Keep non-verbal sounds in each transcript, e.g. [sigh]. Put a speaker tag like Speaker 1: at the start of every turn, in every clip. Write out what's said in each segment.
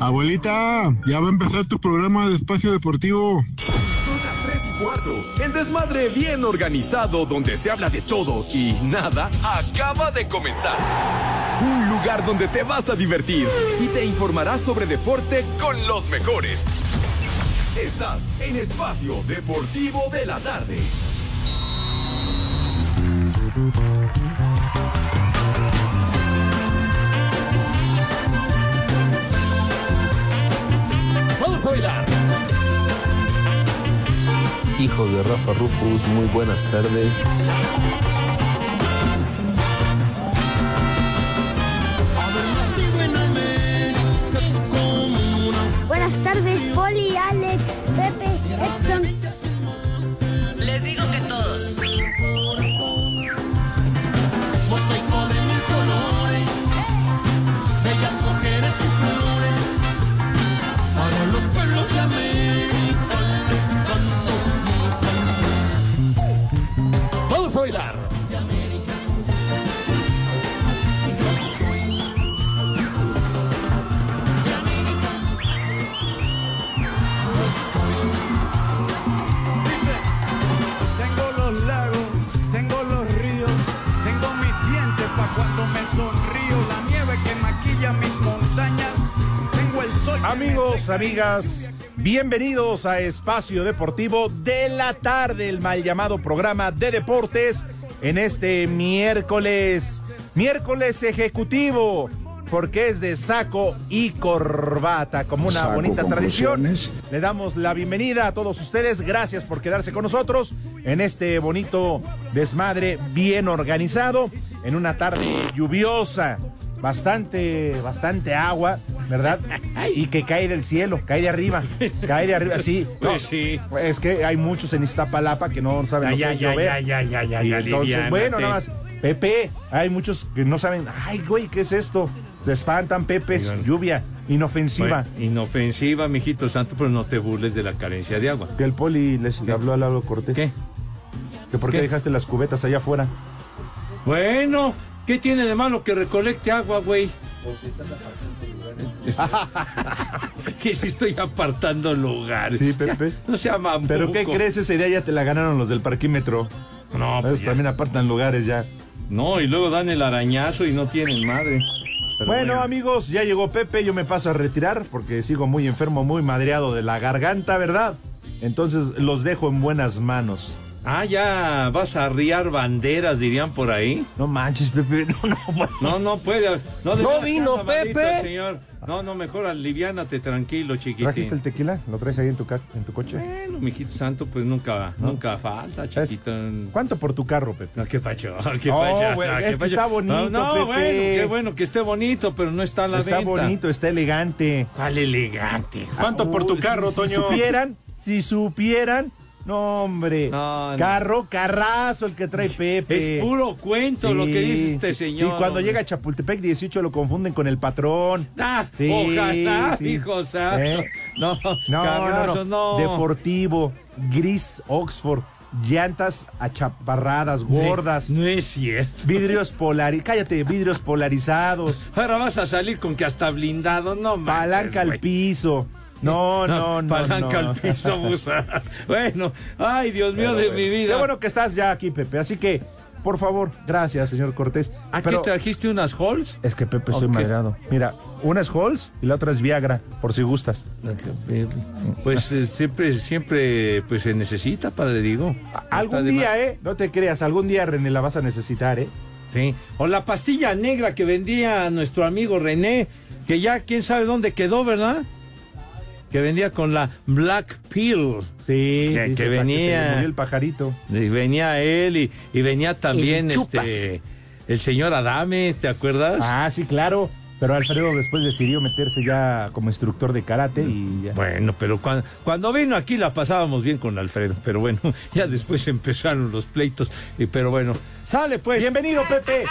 Speaker 1: Abuelita, ya va a empezar tu programa de espacio deportivo.
Speaker 2: Cuarto, el desmadre bien organizado donde se habla de todo y nada acaba de comenzar. Un lugar donde te vas a divertir y te informarás sobre deporte con los mejores. Estás en Espacio Deportivo de la Tarde. Vamos a bailar.
Speaker 3: Hijos de Rafa Rufus, muy buenas tardes.
Speaker 4: Buenas tardes, Poli, Alex, Pepe, Edson.
Speaker 5: Les digo que todos.
Speaker 2: Vamos a bailar.
Speaker 6: Tengo los lagos, tengo los ríos, tengo mis dientes para cuando me sonrío, la nieve que maquilla mis montañas, tengo el sol. que me
Speaker 7: Amigos,
Speaker 6: seca y
Speaker 7: amigas, bienvenidos a Espacio Deportivo de la tarde, el mal llamado programa de deportes en este miércoles, miércoles ejecutivo, porque es de saco y corbata, como una
Speaker 8: Saco
Speaker 7: bonita tradición.
Speaker 8: conclusiones.
Speaker 7: Le damos la bienvenida a todos ustedes, gracias por quedarse con nosotros en este bonito desmadre bien organizado, en una tarde lluviosa, bastante, bastante agua, ¿verdad? Y que cae del cielo, cae de arriba, cae de arriba,
Speaker 4: [laughs]
Speaker 7: sí. No,
Speaker 9: Pues sí.
Speaker 7: Es que hay muchos en Iztapalapa que no saben
Speaker 9: Ay,
Speaker 7: lo que es
Speaker 9: ay, ay,
Speaker 7: llover.
Speaker 9: ay, ay, ay, ay,
Speaker 7: Y entonces,
Speaker 9: aliviánate.
Speaker 7: bueno, nada más, Pepe, hay muchos que no saben, ay, güey, ¿qué es esto? Se espantan, Pepe, es
Speaker 9: Digan.
Speaker 7: lluvia inofensiva.
Speaker 9: Bueno, inofensiva, mijito santo, pero no te burles de la carencia de agua.
Speaker 7: Que el poli les habló a Lalo Cortés.
Speaker 9: ¿Qué?
Speaker 7: Que por qué,
Speaker 9: ¿Qué?
Speaker 7: dejaste las cubetas allá
Speaker 9: [laughs]
Speaker 7: afuera.
Speaker 9: Bueno, ¿qué tiene de malo que recolecte
Speaker 7: [laughs]
Speaker 9: agua, güey? que si estoy apartando lugares.
Speaker 7: Sí, Pepe.
Speaker 9: No se llama
Speaker 7: ¿Pero qué crees? Esa idea ya te la ganaron los del parquímetro.
Speaker 9: No, pues
Speaker 7: Ellos
Speaker 9: ya.
Speaker 7: también apartan lugares ya.
Speaker 9: no, y luego dan el arañazo y no tienen madre. Pero
Speaker 7: bueno, amigos, ya llegó Pepe, yo me paso a retirar porque sigo muy enfermo, muy madreado de la garganta, ¿verdad? Entonces los dejo en buenas manos.
Speaker 9: Ah, ya vas a arriar banderas, dirían por ahí.
Speaker 7: No manches, Pepe, no, no, bueno.
Speaker 9: No, no puede. No, de
Speaker 3: No
Speaker 9: veras que
Speaker 3: vino,
Speaker 9: anda malito
Speaker 3: Pepe.
Speaker 9: el señor. No, no, mejor aliviánate, tranquilo, chiquitín.
Speaker 7: ¿Trajiste el tequila? ¿Lo traes ahí en tu, ca- en tu coche?
Speaker 9: Bueno, mijito santo, pues nunca, nunca falta,
Speaker 7: ¿Sabes?
Speaker 9: chiquito.
Speaker 7: ¿Cuánto por tu carro, Pepe?
Speaker 9: No, qué pacho, [laughs] qué
Speaker 7: No,
Speaker 9: pacho.
Speaker 7: güey,
Speaker 9: no,
Speaker 7: es
Speaker 9: qué
Speaker 7: que
Speaker 9: pacho.
Speaker 7: está bonito,
Speaker 9: No, no,
Speaker 7: Pepe.
Speaker 9: bueno, qué bueno que esté bonito, pero no está a la
Speaker 7: Está
Speaker 9: venta.
Speaker 7: bonito, está elegante.
Speaker 9: Cuál elegante.
Speaker 7: ¿Cuánto por tu carro, Toño? Si supieran, si supieran, no, hombre.
Speaker 9: No, no.
Speaker 7: Carro, carrazo el que trae Pepe.
Speaker 9: Es puro cuento lo que dice este
Speaker 7: sí,
Speaker 9: señor.
Speaker 7: Sí, cuando
Speaker 9: hombre.
Speaker 7: llega a Chapultepec 18 lo confunden con el patrón.
Speaker 9: Ah,
Speaker 7: Sí,
Speaker 9: ojalá,
Speaker 7: sí.
Speaker 9: hijo santo.
Speaker 7: ¿Eh?
Speaker 9: No,
Speaker 7: No,
Speaker 9: carrazo,
Speaker 7: no, no. Deportivo, gris Oxford, llantas achaparradas, gordas,
Speaker 9: No es cierto.
Speaker 7: vidrios polarizados. Cállate, vidrios polarizados,
Speaker 9: Ahora vas a salir con que hasta blindado, no manches,
Speaker 7: palanca al
Speaker 9: güey.
Speaker 7: piso. No, no, no.
Speaker 9: [laughs] Palanca
Speaker 7: no.
Speaker 9: al
Speaker 7: [laughs]
Speaker 9: piso, busa. Bueno, ay, Dios mío de mi vida.
Speaker 7: Qué bueno que estás ya aquí, Pepe. Así que, por favor, gracias, señor Cortés.
Speaker 9: ¿Aquí
Speaker 7: Pero-
Speaker 9: trajiste unas halls?
Speaker 7: Es que Pepe estoy
Speaker 9: Ok.
Speaker 7: madreado. Pues Mira, una es Halls y la otra es Viagra, por si gustas.
Speaker 9: Pues eh, siempre, siempre pues se necesita, padre, digo.
Speaker 7: Algún
Speaker 9: Además,
Speaker 7: día, ¿eh? No te creas, algún día René la vas a necesitar, ¿eh?
Speaker 9: Sí. O la pastilla negra que vendía nuestro amigo René, que ya quién sabe dónde quedó, ¿verdad? Que vendía con la Black Pill.
Speaker 7: Sí,
Speaker 9: Que-
Speaker 7: sí, hasta
Speaker 9: que venía.
Speaker 7: se murió el pajarito.
Speaker 9: Y venía él y, y venía también
Speaker 10: El Chupas.
Speaker 9: este el señor Adame, ¿te acuerdas?
Speaker 7: Ah, sí, claro. Pero Alfredo después decidió meterse ya como instructor de karate y ya.
Speaker 9: Bueno, pero cuando, cuando vino aquí la pasábamos bien con Alfredo, pero bueno, [laughs] ya después empezaron los pleitos, y, pero bueno, sale pues.
Speaker 7: Bienvenido, Pepe.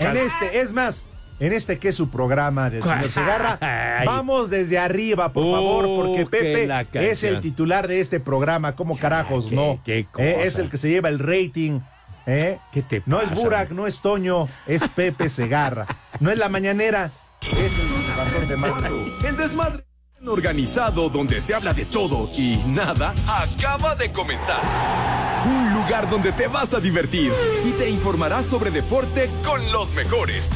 Speaker 7: En este, es más, en este que es su programa del señor Segarra,
Speaker 9: Ay.
Speaker 7: vamos desde arriba, por
Speaker 9: Uh,
Speaker 7: favor, porque
Speaker 9: qué la
Speaker 7: Pepe es el
Speaker 9: canción.
Speaker 7: titular de este programa. ¿Cómo carajos,
Speaker 9: qué-
Speaker 7: no?
Speaker 9: qué
Speaker 7: Eh,
Speaker 9: cosa.
Speaker 7: es el que se lleva el rating. ¿eh?
Speaker 9: ¿Qué te
Speaker 7: no es
Speaker 9: pasa,
Speaker 7: Burak, no es Toño, es Pepe Segarra. No es la mañanera, es el pastor de Mar-
Speaker 6: En desmadre organizado donde se habla de todo y nada acaba de comenzar. Un lugar donde te vas a divertir y te informarás sobre deporte con los mejores.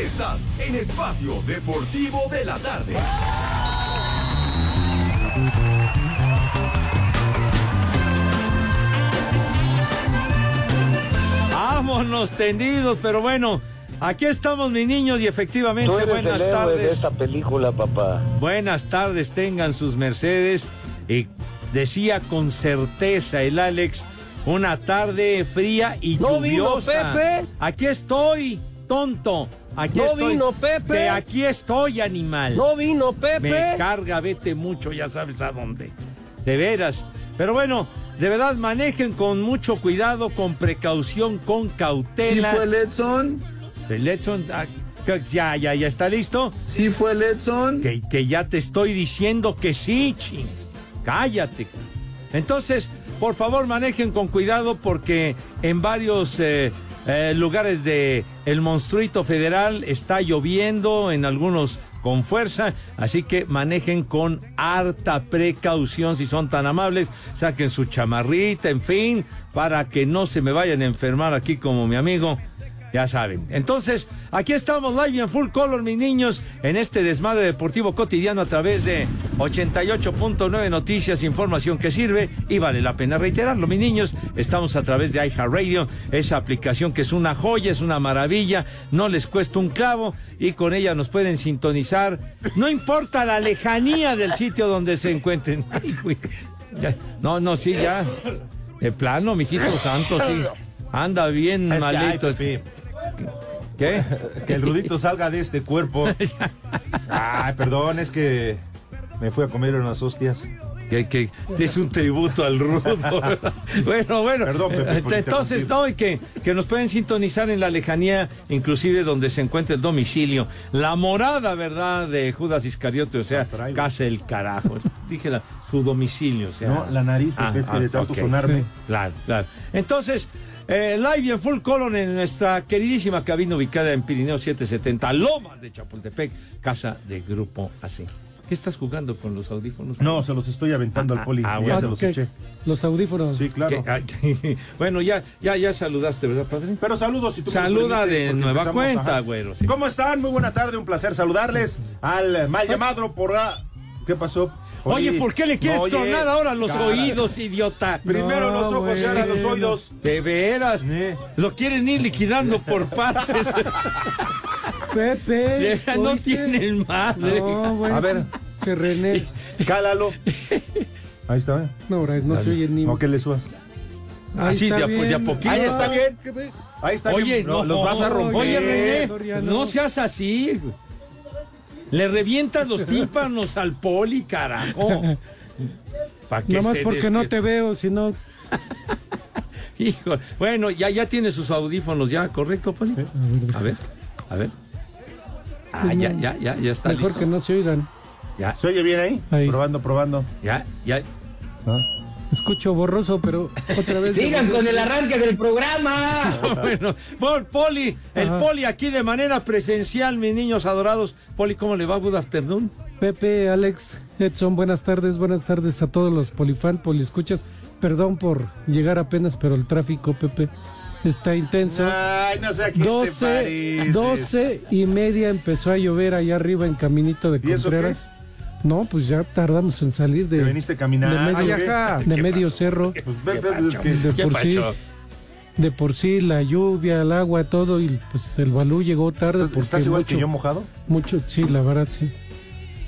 Speaker 6: Estás en Espacio Deportivo de la Tarde.
Speaker 9: Vámonos tendidos, pero bueno, aquí estamos mis niños y efectivamente
Speaker 11: Tú eres
Speaker 9: buenas
Speaker 11: el héroe de
Speaker 9: tardes.
Speaker 11: esta película, papá.
Speaker 9: Buenas tardes, tengan sus mercedes. Y decía con certeza el Alex, una tarde fría y
Speaker 12: No vino
Speaker 9: lluviosa.
Speaker 12: Pepe.
Speaker 9: Aquí estoy, tonto. Aquí
Speaker 12: No
Speaker 9: estoy.
Speaker 12: vino Pepe.
Speaker 9: De aquí estoy, animal.
Speaker 12: No vino
Speaker 9: Me
Speaker 12: Pepe.
Speaker 9: carga, vete mucho, ya sabes a dónde. De veras. Pero bueno, de verdad, manejen con mucho cuidado, con precaución, con
Speaker 13: ¿Sí
Speaker 9: cautela.
Speaker 13: fue el Edson?
Speaker 9: El Edson, ah, que- ya, ya, ya está listo.
Speaker 13: ¿Sí fue el Edson?
Speaker 9: Que, que ya te estoy diciendo que sí, ching. Cállate. Entonces, por favor, manejen con cuidado porque en varios eh, eh, lugares de el Monstruito Federal está lloviendo, en algunos con fuerza, así que manejen con harta precaución si son tan amables, saquen su chamarrita, en fin, para que no se me vayan a enfermar aquí como mi amigo. Ya saben. Entonces, aquí estamos live y en full color, mis niños, en este desmadre deportivo cotidiano a través de 88.9 Noticias, información que sirve y vale la pena reiterarlo, mis niños. Estamos a través de iHeartRadio, esa aplicación que es una joya, es una maravilla, no les cuesta un clavo y con ella nos pueden sintonizar, no importa la lejanía del sitio donde se encuentren. [laughs] Ay, güey. Ya. No, no, sí, ya. De plano, mijito santo, sí. Anda bien
Speaker 7: Es que, ay,
Speaker 9: malito.
Speaker 7: Pepe,
Speaker 9: ¿Qué?
Speaker 7: Que el rudito salga de este
Speaker 9: [laughs]
Speaker 7: cuerpo. Ay, perdón, es que me fui a comer unas hostias.
Speaker 9: Que, que es un tributo al
Speaker 7: [laughs]
Speaker 9: rudo. bueno, bueno.
Speaker 7: Perdón, Pepe, por
Speaker 9: Entonces,
Speaker 7: interrumpir.
Speaker 9: no, y que, que nos pueden sintonizar en la lejanía, inclusive donde se encuentra el domicilio. La morada, ¿verdad? De Judas Iscariote, o sea,
Speaker 7: caray.
Speaker 9: casa el carajo. Dije la- su domicilio, o sea. Ah,
Speaker 7: No, la nariz, Pepe, es que de tanto
Speaker 9: ok,
Speaker 7: sonarme.
Speaker 9: sí, Claro, claro. Entonces, eh, live y en full color en nuestra queridísima cabina ubicada en Pirineo 770, Lomas de Chapultepec, casa de Grupo AC. ¿Qué estás jugando con los audífonos?
Speaker 7: No, se los estoy aventando
Speaker 9: Ah,
Speaker 7: al poli. ya
Speaker 9: ah, bueno,
Speaker 7: se los
Speaker 9: ok.
Speaker 7: eché.
Speaker 12: Los audífonos.
Speaker 7: Sí, claro.
Speaker 9: Que- ay, [laughs] bueno, ya, ya, ya saludaste, ¿verdad, padre?
Speaker 7: Pero saludos si tú me lo
Speaker 9: Saluda
Speaker 7: permites,
Speaker 9: de
Speaker 7: porque
Speaker 9: nueva
Speaker 7: empezamos,
Speaker 9: cuenta, güero, sí.
Speaker 7: ¿Cómo están? Muy buena tarde, un placer saludarles al mal llamado por la... ¿Qué pasó?
Speaker 9: Oye, ¿por qué le quieres
Speaker 7: Oye,
Speaker 9: tronar ahora los
Speaker 7: cara.
Speaker 9: oídos, idiota?
Speaker 7: Primero los ojos y ahora los oídos.
Speaker 9: De veras,
Speaker 7: Eh.
Speaker 9: lo quieren ir liquidando
Speaker 7: [laughs]
Speaker 9: por partes. De
Speaker 12: Pepe.
Speaker 9: veras, no
Speaker 12: ¿oíste?
Speaker 9: tienen madre.
Speaker 12: No, güey.
Speaker 7: A ver.
Speaker 12: Se René.
Speaker 7: Cálalo. Ahí está, ¿eh?
Speaker 12: No, Bray, no se oye ni.
Speaker 7: No, que le subas.
Speaker 12: Ahí
Speaker 9: Así
Speaker 12: está
Speaker 9: de a-
Speaker 12: bien.
Speaker 9: de a poquito.
Speaker 7: Ahí está bien.
Speaker 12: ¿Qué ve?
Speaker 7: Ahí está.
Speaker 9: Oye,
Speaker 7: bien.
Speaker 9: no,
Speaker 7: los vas a romper.
Speaker 9: Oye, René,
Speaker 12: Soriano.
Speaker 9: no seas así. güey. Le revientas los tímpanos al
Speaker 7: [laughs]
Speaker 9: poli, carajo. Pa' Oh, que
Speaker 12: Nada más
Speaker 9: se
Speaker 12: porque no
Speaker 9: despierte.
Speaker 12: te veo, sino.
Speaker 9: Hijo, bueno, ya, ya tiene sus audífonos, ya, ¿correcto, Poli? A ver, a ver. Ah, ya, ya, ya, ya está
Speaker 12: Pues Mejor
Speaker 9: listo.
Speaker 12: que no se oigan.
Speaker 9: Ya,
Speaker 7: ¿Se oye bien ahí?
Speaker 12: Ahí.
Speaker 7: Probando, probando.
Speaker 9: ya, ya.
Speaker 12: Escucho borroso, pero otra vez.
Speaker 13: Sigan con el arranque del programa.
Speaker 9: [laughs] bueno, por Poli, el
Speaker 12: Ajá.
Speaker 9: Poli aquí de manera presencial, mis niños adorados. Poli, ¿cómo le va? Good afternoon.
Speaker 12: Pepe, Alex, Edson, buenas tardes. Buenas tardes a todos los polifan, poliescuchas. Perdón por llegar apenas, pero el tráfico, Pepe, está intenso.
Speaker 7: Ay, no sé a quién te
Speaker 12: 12,
Speaker 7: pareces.
Speaker 12: 12 y media empezó a llover allá arriba en Caminito de
Speaker 7: ¿Y eso
Speaker 12: Contreras. No, pues ya tardamos en salir de,
Speaker 7: Te viniste caminando.
Speaker 12: de medio,
Speaker 7: Ay, ajá.
Speaker 12: de medio cerro.
Speaker 7: Pues, ve, ve, es que-
Speaker 12: De por, sí,
Speaker 9: pacho?
Speaker 12: de por sí, la lluvia, el agua, todo. Y pues el balú llegó tarde.
Speaker 7: Entonces,
Speaker 12: Porque
Speaker 7: ¿Estás igual
Speaker 12: mucho,
Speaker 7: que yo mojado?
Speaker 12: mucho, sí, la verdad, sí.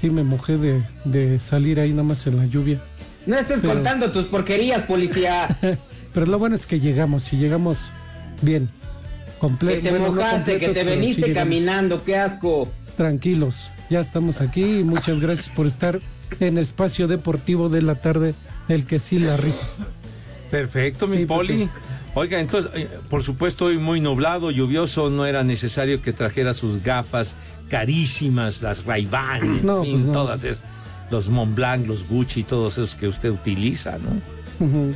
Speaker 12: Sí, me mojé de, de salir ahí nada más en la lluvia.
Speaker 13: No estés
Speaker 12: Pero- [laughs]
Speaker 13: contando tus porquerías, policía.
Speaker 12: Pero lo bueno es que llegamos y llegamos bien. Comple-
Speaker 13: Que te
Speaker 12: bueno, no
Speaker 13: mojaste, que
Speaker 12: completos,
Speaker 13: te
Speaker 12: pero sí
Speaker 13: veniste
Speaker 12: llegamos.
Speaker 13: caminando, qué asco.
Speaker 12: Tranquilos, ya estamos aquí y muchas gracias por estar en Espacio Deportivo de la Tarde, el que sí la rifa.
Speaker 9: Perfecto, mi
Speaker 12: Sí,
Speaker 9: Poli. Oiga, entonces, eh, por supuesto, hoy muy nublado, lluvioso, no era necesario que trajera sus gafas carísimas, las ray en
Speaker 12: No,
Speaker 9: fin,
Speaker 12: pues no.
Speaker 9: todas esas, los Montblanc, los Gucci, todos esos que usted utiliza, ¿no?
Speaker 12: Ujú.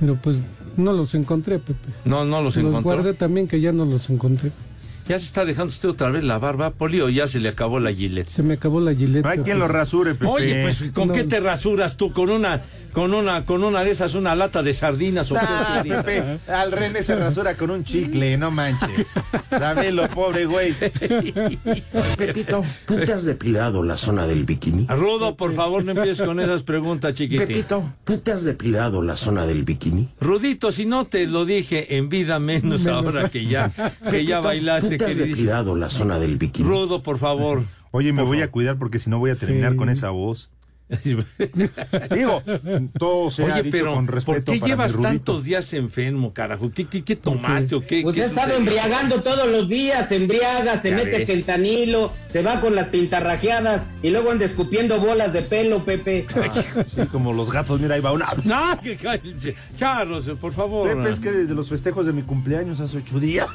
Speaker 12: Pero pues no los encontré, Pepe.
Speaker 9: No, no los,
Speaker 12: Los
Speaker 9: encontró.
Speaker 12: guardé también que ya no los encontré.
Speaker 9: ¿Ya se está dejando usted otra vez la barba, Poli, o ya se le acabó la gilet?
Speaker 12: Se me acabó la gileta.
Speaker 9: Hay
Speaker 12: quien lo
Speaker 14: rasure,
Speaker 9: Oye, pues ¿con
Speaker 12: No.
Speaker 9: qué te rasuras tú? ¿Con una, con una, con una de esas, una lata de ¿eh? sardinas o qué
Speaker 14: Ah,
Speaker 9: utilizas?
Speaker 14: Pepe, al René se rasura con un chicle, no manches. Sabelo, pobre güey.
Speaker 15: [laughs] Pepito, ¿tú te has depilado la zona del bikini?
Speaker 9: Rudo, por favor, no empieces con esas preguntas, chiquitín.
Speaker 15: Pepito, ¿tú te has depilado la zona del bikini?
Speaker 9: Rudito, si no te lo dije en vida menos,
Speaker 15: Menos.
Speaker 9: ahora que ya, que ya
Speaker 15: Pepito,
Speaker 9: bailaste,
Speaker 15: ¿tú te has
Speaker 9: queridísimo.
Speaker 15: depilado la zona del bikini?
Speaker 9: Rudo, por favor.
Speaker 7: Oye, me
Speaker 9: Por
Speaker 7: voy
Speaker 9: favor.
Speaker 7: a cuidar porque si no voy a terminar
Speaker 9: Sí.
Speaker 7: con esa
Speaker 9: [laughs]
Speaker 7: voz. Digo, todo se ha
Speaker 9: Oye,
Speaker 7: dicho
Speaker 9: pero
Speaker 7: con
Speaker 9: ¿por
Speaker 7: respeto
Speaker 9: qué
Speaker 7: para mi
Speaker 9: llevas
Speaker 7: Rudito.
Speaker 9: tantos días enfermo, carajo? ¿Qué, qué, qué tomaste o qué?
Speaker 13: Pues
Speaker 9: qué
Speaker 13: ha estado
Speaker 9: sucedió?
Speaker 13: embriagando todos los días, se embriaga, se
Speaker 9: Ya
Speaker 13: mete
Speaker 9: ves.
Speaker 13: fentanilo, se va con las pintarrajeadas y luego anda escupiendo bolas de pelo, Pepe.
Speaker 7: Sí, como los gatos, mira, ahí va una.
Speaker 9: No, que cállense. Charros, por favor.
Speaker 7: Pepe, es que desde los festejos de mi cumpleaños hace ocho días.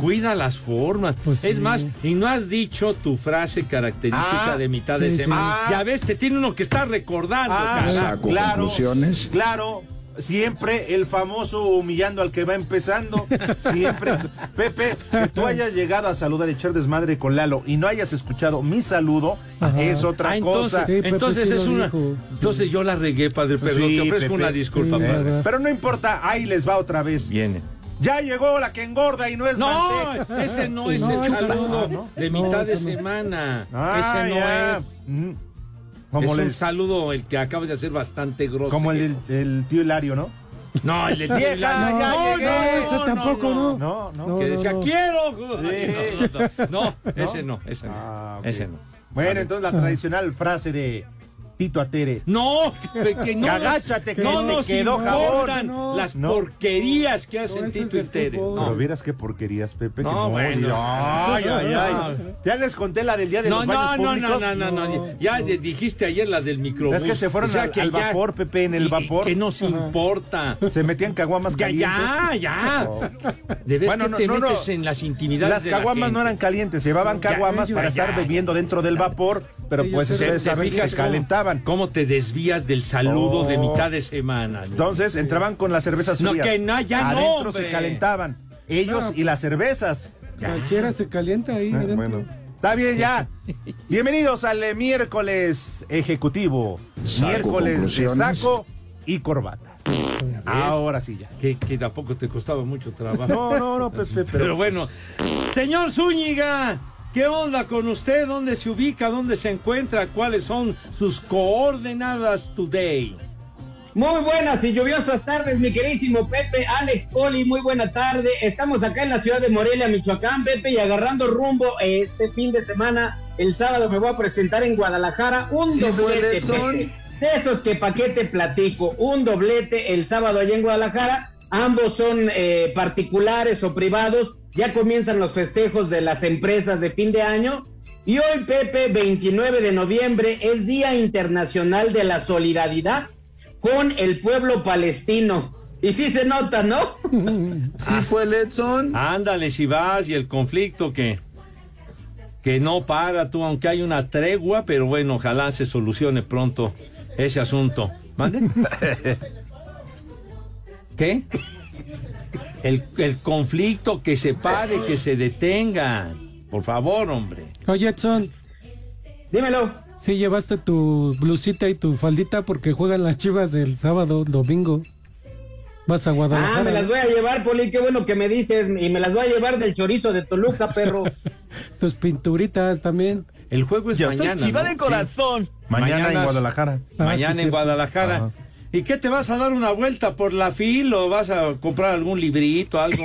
Speaker 9: Cuida las formas. es más, y no has dicho tu frase característica
Speaker 7: Ah,
Speaker 9: de mitad
Speaker 7: sí,
Speaker 9: de
Speaker 7: sí.
Speaker 9: semana.
Speaker 7: Ah.
Speaker 9: Ya ves, te tiene uno que está recordando.
Speaker 7: Ah,
Speaker 9: carajo.
Speaker 7: saco Claro. conclusiones. Claro, siempre el famoso humillando al que va empezando. Siempre. [laughs] Pepe, que tú hayas llegado a saludar, echar desmadre con Lalo y no hayas escuchado mi saludo,
Speaker 9: Ajá.
Speaker 7: es otra
Speaker 9: Ah,
Speaker 7: cosa.
Speaker 9: entonces, entonces es una. Entonces yo la regué, padre, pero
Speaker 7: Sí,
Speaker 9: te ofrezco
Speaker 7: Pepe.
Speaker 9: una disculpa,
Speaker 7: Sí,
Speaker 9: padre.
Speaker 7: Pero no importa, ahí les va otra vez.
Speaker 9: Viene.
Speaker 7: Ya llegó la que engorda y no es
Speaker 9: No,
Speaker 7: manteca.
Speaker 9: ese no es el
Speaker 7: esa
Speaker 9: saludo
Speaker 7: no.
Speaker 9: de
Speaker 7: No,
Speaker 9: mitad de
Speaker 7: esa no.
Speaker 9: semana.
Speaker 7: Ah,
Speaker 9: ese no
Speaker 7: ya.
Speaker 9: es.
Speaker 7: Mm.
Speaker 9: es
Speaker 7: Como
Speaker 9: un
Speaker 7: les-
Speaker 9: saludo el que acabas de hacer bastante grosso.
Speaker 7: Como el, del- del tío Hilario, ¿no?
Speaker 9: No, el del tío
Speaker 7: Vieja,
Speaker 9: Hilario.
Speaker 7: ya
Speaker 9: No,
Speaker 7: llegué.
Speaker 9: no,
Speaker 7: Ese
Speaker 9: no,
Speaker 7: tampoco,
Speaker 9: no.
Speaker 7: No, no. No,
Speaker 9: que
Speaker 7: no,
Speaker 9: decía,
Speaker 7: no.
Speaker 9: quiero.
Speaker 7: Sí. Ah,
Speaker 9: No, no, no. No, ese no, ese no. Ese no.
Speaker 7: Bueno, entonces la tradicional frase de Tito Atere.
Speaker 9: No, que- que no.
Speaker 7: Agáchate, que
Speaker 9: no
Speaker 7: te
Speaker 9: nos
Speaker 7: quedó jabón.
Speaker 9: importan
Speaker 7: No,
Speaker 9: las
Speaker 7: no.
Speaker 9: porquerías que hacen Tito y Tere.
Speaker 7: Pero
Speaker 9: No.
Speaker 7: vieras qué porquerías, Pepe.
Speaker 9: No,
Speaker 7: que no,
Speaker 9: bueno.
Speaker 7: y- Ay, ay, ay. Ya les conté la del día de
Speaker 9: No,
Speaker 7: los
Speaker 9: no,
Speaker 7: baños
Speaker 9: no, no,
Speaker 7: públicos.
Speaker 9: no, no, no. Ya de- dijiste ayer la del microbús.
Speaker 7: Es que se fueron
Speaker 9: O sea,
Speaker 7: al,
Speaker 9: que
Speaker 7: al
Speaker 9: ya-
Speaker 7: vapor, Pepe, en el
Speaker 9: y- y
Speaker 7: vapor.
Speaker 9: que nos importa.
Speaker 7: Se metían caguamas
Speaker 9: Ya,
Speaker 7: calientes.
Speaker 9: ya,
Speaker 7: [laughs]
Speaker 9: ya. De vez
Speaker 7: Bueno,
Speaker 9: que
Speaker 7: no,
Speaker 9: te
Speaker 7: no, no.
Speaker 9: metes en las intimidades
Speaker 7: Las
Speaker 9: de la
Speaker 7: caguamas no
Speaker 9: gente.
Speaker 7: eran calientes, llevaban
Speaker 9: Ya,
Speaker 7: caguamas
Speaker 9: ya,
Speaker 7: para
Speaker 9: ya,
Speaker 7: estar
Speaker 9: ya.
Speaker 7: bebiendo dentro del vapor, pero pues
Speaker 9: ¿Te-
Speaker 7: ustedes
Speaker 9: te
Speaker 7: saben que
Speaker 9: fijas
Speaker 7: se
Speaker 9: cómo-
Speaker 7: calentaban.
Speaker 9: ¿Cómo te desvías del saludo
Speaker 7: Oh.
Speaker 9: de mitad de semana? amigo?
Speaker 7: Entonces entraban con las cervezas
Speaker 9: No,
Speaker 7: frías.
Speaker 9: que no, ya no,
Speaker 7: Adentro
Speaker 9: hombre.
Speaker 7: se calentaban.
Speaker 12: No,
Speaker 7: Ellos y las cervezas.
Speaker 12: Cualquiera se calienta ahí.
Speaker 7: Ah,
Speaker 12: adentro.
Speaker 7: bueno. Está bien, ya. [laughs] Bienvenidos al eh, miércoles ejecutivo.
Speaker 15: Saco
Speaker 7: miércoles de
Speaker 15: conclusiones.
Speaker 7: saco y corbata. Ahora sí ya.
Speaker 9: Que, que tampoco te costaba mucho trabajo.
Speaker 7: No, no, no, Pepe, pues.
Speaker 9: pero, bueno. Señor Zúñiga, ¿qué onda con usted? ¿Dónde se ubica? ¿Dónde se encuentra? ¿Cuáles son sus coordenadas today?
Speaker 13: Muy buenas y lluviosas tardes, mi queridísimo Pepe, Alex Poli, muy buena tarde. Estamos acá en la ciudad de Morelia, Michoacán, Pepe, y agarrando rumbo eh, este fin de semana. El sábado me voy a presentar en Guadalajara un
Speaker 16: Sí,
Speaker 13: doblete,
Speaker 16: Edson.
Speaker 13: Pepe. De esos que paquete platico, un doblete el sábado allá en Guadalajara. Ambos son eh, particulares o privados. Ya comienzan los festejos de las empresas de fin de año. Y hoy, Pepe, 29 de noviembre, es Día Internacional de la Solidaridad con el pueblo palestino. Y sí se nota, ¿no?
Speaker 9: Sí fue Edson. Ah. Ándale, si vas y el conflicto que que no para tú, aunque hay una tregua, pero bueno, ojalá se solucione pronto ese asunto. ¿Mande? [laughs] ¿Qué? El, el conflicto que se pare, que se detenga. Por favor, hombre.
Speaker 12: Oye, Edson.
Speaker 13: Dímelo.
Speaker 12: Sí, llevaste tu blusita y tu faldita porque juegan las chivas el sábado, domingo. Vas a Guadalajara.
Speaker 13: Ah, me las voy a llevar, Poli, qué bueno que me dices. Y me las voy a llevar del chorizo de Toluca, perro.
Speaker 12: Tus pinturitas también.
Speaker 9: El juego es mañana. ¿no? Sí.
Speaker 7: Mañana, en
Speaker 9: Mañanas-
Speaker 7: Guadalajara.
Speaker 12: Ah,
Speaker 9: Mañana en Guadalajara. ¿Y qué te vas a dar una vuelta por la fil o vas a comprar algún librito, algo?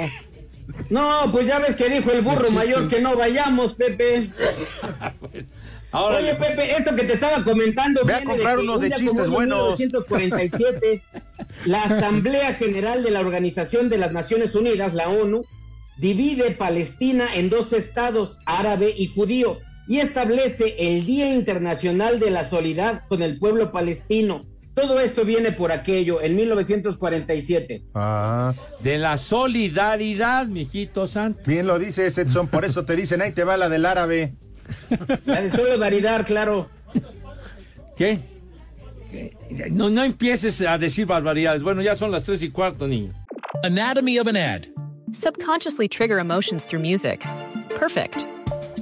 Speaker 13: No, pues ya ves que dijo el burro
Speaker 9: Chistes.
Speaker 13: mayor que no vayamos,
Speaker 7: [laughs]
Speaker 13: Pepe.
Speaker 9: Ahora
Speaker 13: Oye, Pepe, esto que te estaba comentando.
Speaker 7: Ve a
Speaker 13: viene
Speaker 7: comprar
Speaker 13: que
Speaker 7: unos
Speaker 13: un
Speaker 7: de
Speaker 13: día
Speaker 7: chistes
Speaker 13: como hoy, en
Speaker 7: buenos. [laughs]
Speaker 13: 1947, la Asamblea General de la Organización de las Naciones Unidas, la ONU, divide Palestina en dos estados, árabe y judío, y establece el Día Internacional de la Solidaridad con el pueblo palestino. Todo esto viene por aquello, en 1947.
Speaker 9: Ah, de la solidaridad, mijito santo.
Speaker 17: Bien lo dices, Edson, por eso te dicen, ahí te va la del árabe.
Speaker 13: La de solidaridad, claro.
Speaker 9: ¿Qué? No, no empieces a decir barbaridades. Bueno, ya son las tres y cuarto, niño.
Speaker 18: Anatomy of an ad.
Speaker 10: Subconsciously trigger emotions through music. Perfect.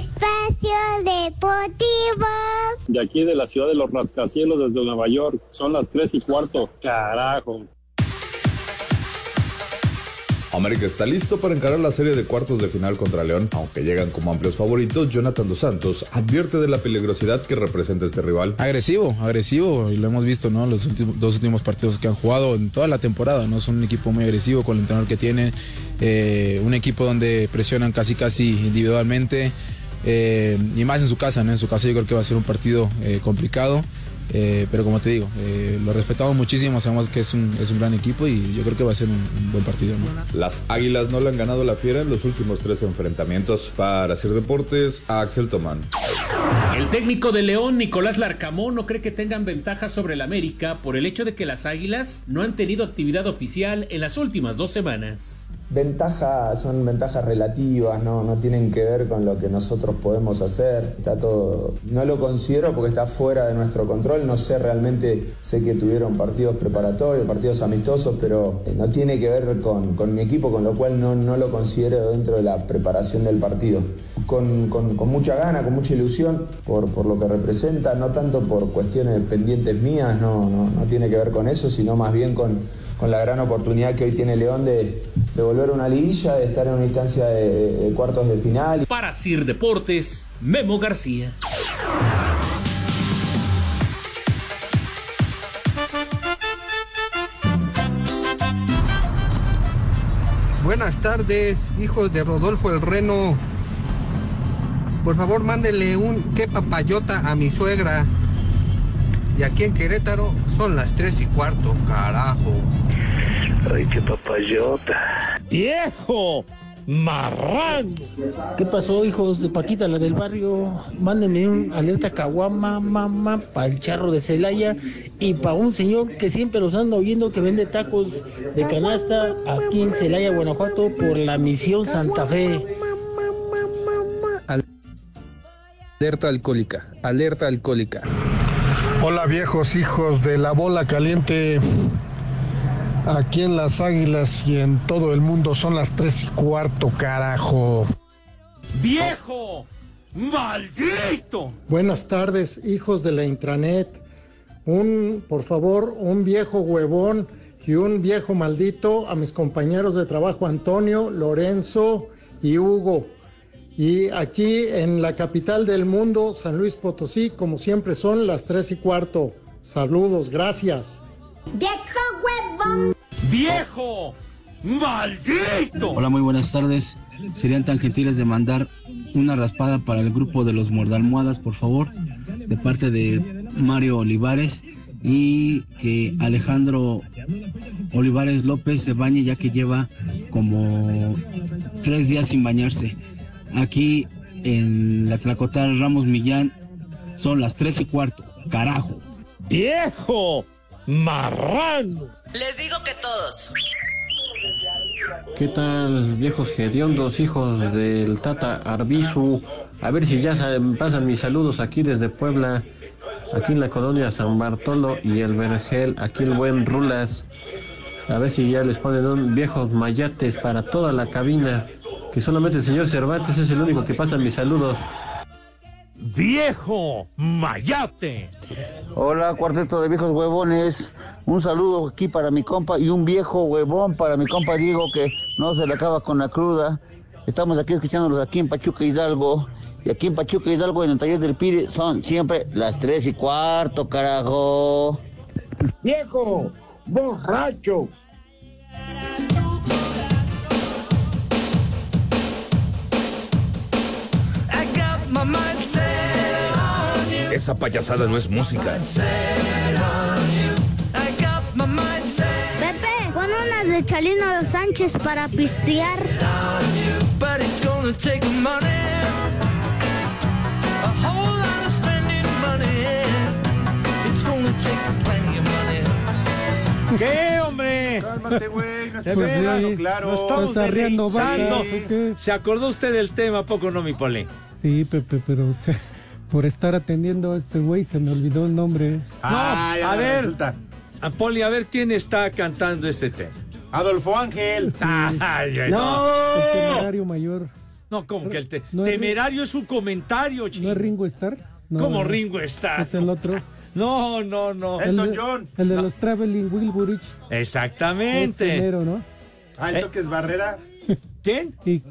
Speaker 4: Espacio Deportivo.
Speaker 12: De aquí de la ciudad de los rascacielos desde Nueva York. Son las 3 y cuarto. Carajo.
Speaker 19: América está listo para encarar la serie de cuartos de final contra León. Aunque llegan como amplios favoritos, Jonathan Dos Santos advierte de la peligrosidad que representa este rival.
Speaker 20: Agresivo, agresivo, y lo hemos visto, ¿no? Los últimos, dos últimos partidos que han jugado en toda la temporada, ¿no? Son un equipo muy agresivo con el entrenador que tienen, eh, un equipo donde presionan casi casi individualmente, eh, y más en su casa, ¿no? En su casa yo creo que va a ser un partido eh, complicado. Eh, pero como te digo, eh, lo respetamos muchísimo, sabemos que es un, es un gran equipo y yo creo que va a ser un, un buen partido. ¿no?
Speaker 19: Las Águilas no le han ganado la fiera en los últimos tres enfrentamientos. Para hacer deportes, a Axel Tomán.
Speaker 7: El técnico de León, Nicolás Larcamón, no cree que tengan ventaja sobre el América por el hecho de que las Águilas no han tenido actividad oficial en las últimas dos semanas.
Speaker 8: Ventajas son ventajas relativas, ¿no? no tienen que ver con lo que nosotros podemos hacer. Está todo. No lo considero porque está fuera de nuestro control no sé realmente, sé que tuvieron partidos preparatorios, partidos amistosos, pero eh, no tiene que ver con, con mi equipo, con lo cual no, no, lo considero dentro de la preparación del partido. Con, con, con mucha gana, con mucha ilusión por, por, lo que representa, no tanto por cuestiones pendientes mías, no, no, no tiene que ver con eso, sino más bien con, la gran oportunidad que hoy tiene León de, de, volver a una liguilla, de estar en una instancia de, de cuartos de final.
Speaker 7: Para Sir Deportes, Memo García.
Speaker 21: Buenas tardes, hijos de Rodolfo el Reno. Por favor, mándele un qué papayota a mi suegra. Y aquí en Querétaro son las 3 y cuarto, carajo.
Speaker 22: Ay, qué papayota.
Speaker 7: ¡Viejo! ¡Marrano!
Speaker 2: ¿Qué pasó, hijos de Paquita, la del barrio? Mándenme un alerta caguama, mamá, para el charro de Celaya y para un señor que siempre los anda oyendo que vende tacos de canasta aquí en Celaya, Guanajuato, por la misión Santa Fe.
Speaker 20: Alerta alcohólica, alerta alcohólica.
Speaker 1: Hola viejos hijos de la bola caliente. Aquí en las Águilas y en todo el mundo son las tres y cuarto, carajo.
Speaker 7: ¡Viejo! ¡Maldito!
Speaker 1: Buenas tardes, hijos de la intranet. Un, por favor, un viejo huevón y un viejo maldito a mis compañeros de trabajo Antonio, Lorenzo y Hugo. Y aquí en la capital del mundo, San Luis Potosí, como siempre son las tres y cuarto. Saludos, gracias.
Speaker 7: ¡Viejo huevón! ¡Viejo! ¡Maldito!
Speaker 20: Hola, muy buenas tardes. Serían tan gentiles de mandar una raspada para el grupo de los mordalmohadas, por favor, de parte de Mario Olivares y que Alejandro Olivares López se bañe ya que lleva como tres días sin bañarse. Aquí en la Tlacotal Ramos Millán son las tres y cuarto. Carajo.
Speaker 7: ¡Viejo! marrano.
Speaker 3: Les digo que todos.
Speaker 20: ¿Qué tal, viejos geriondos, hijos del Tata Arbizu? A ver si ya pasan mis saludos aquí desde Puebla, aquí en la colonia San Bartolo y el Vergel, aquí el buen Rulas. A ver si ya les ponen un viejos mayates para toda la cabina, que solamente el señor Cervantes es el único que pasa mis saludos.
Speaker 7: ¡Viejo Mayate!
Speaker 20: Hola, cuarteto de viejos huevones. Un saludo aquí para mi compa y un viejo huevón para mi compa Diego que no se le acaba con la cruda.
Speaker 13: Estamos aquí escuchándolos aquí en Pachuca Hidalgo. Y aquí en Pachuca Hidalgo, en el taller del Pire, son siempre las tres y cuarto, carajo.
Speaker 6: Viejo, borracho.
Speaker 23: Esa payasada no es música.
Speaker 4: Pepe, pon unas de Chalino Sánchez para pistear.
Speaker 9: ¿Qué, hombre?
Speaker 7: Cálmate, güey. No
Speaker 9: De
Speaker 7: estás
Speaker 9: veras,
Speaker 7: hablando claro.
Speaker 9: nos estamos
Speaker 12: Estás arriando
Speaker 9: deleitando.
Speaker 12: vacas, ¿o qué?
Speaker 9: ¿Se acordó usted del tema, ¿a poco no, mi poli?
Speaker 12: Sí, Pepe, pero o sea, por estar atendiendo a este güey se me olvidó el nombre.
Speaker 7: Ah,
Speaker 9: no,
Speaker 7: ya
Speaker 9: a
Speaker 7: me
Speaker 9: ver,
Speaker 7: resulta.
Speaker 9: a Poli, a ver quién está cantando este tema.
Speaker 7: Adolfo Ángel.
Speaker 9: Ay, ay,
Speaker 12: El temerario mayor.
Speaker 9: No, como que el te-
Speaker 12: No es-
Speaker 9: temerario es su comentario, chico.
Speaker 12: ¿No es Ringo Starr? No,
Speaker 9: ¿Cómo
Speaker 12: no,
Speaker 9: Ringo está?
Speaker 12: Es el otro.
Speaker 9: [laughs] No, no, no.
Speaker 12: El de- El de los Traveling Wilburys.
Speaker 9: Exactamente.
Speaker 12: Es enero, ¿no?
Speaker 7: Ah,
Speaker 9: Eh,
Speaker 7: el toque es barrera.
Speaker 9: ¿Quién?
Speaker 12: Y,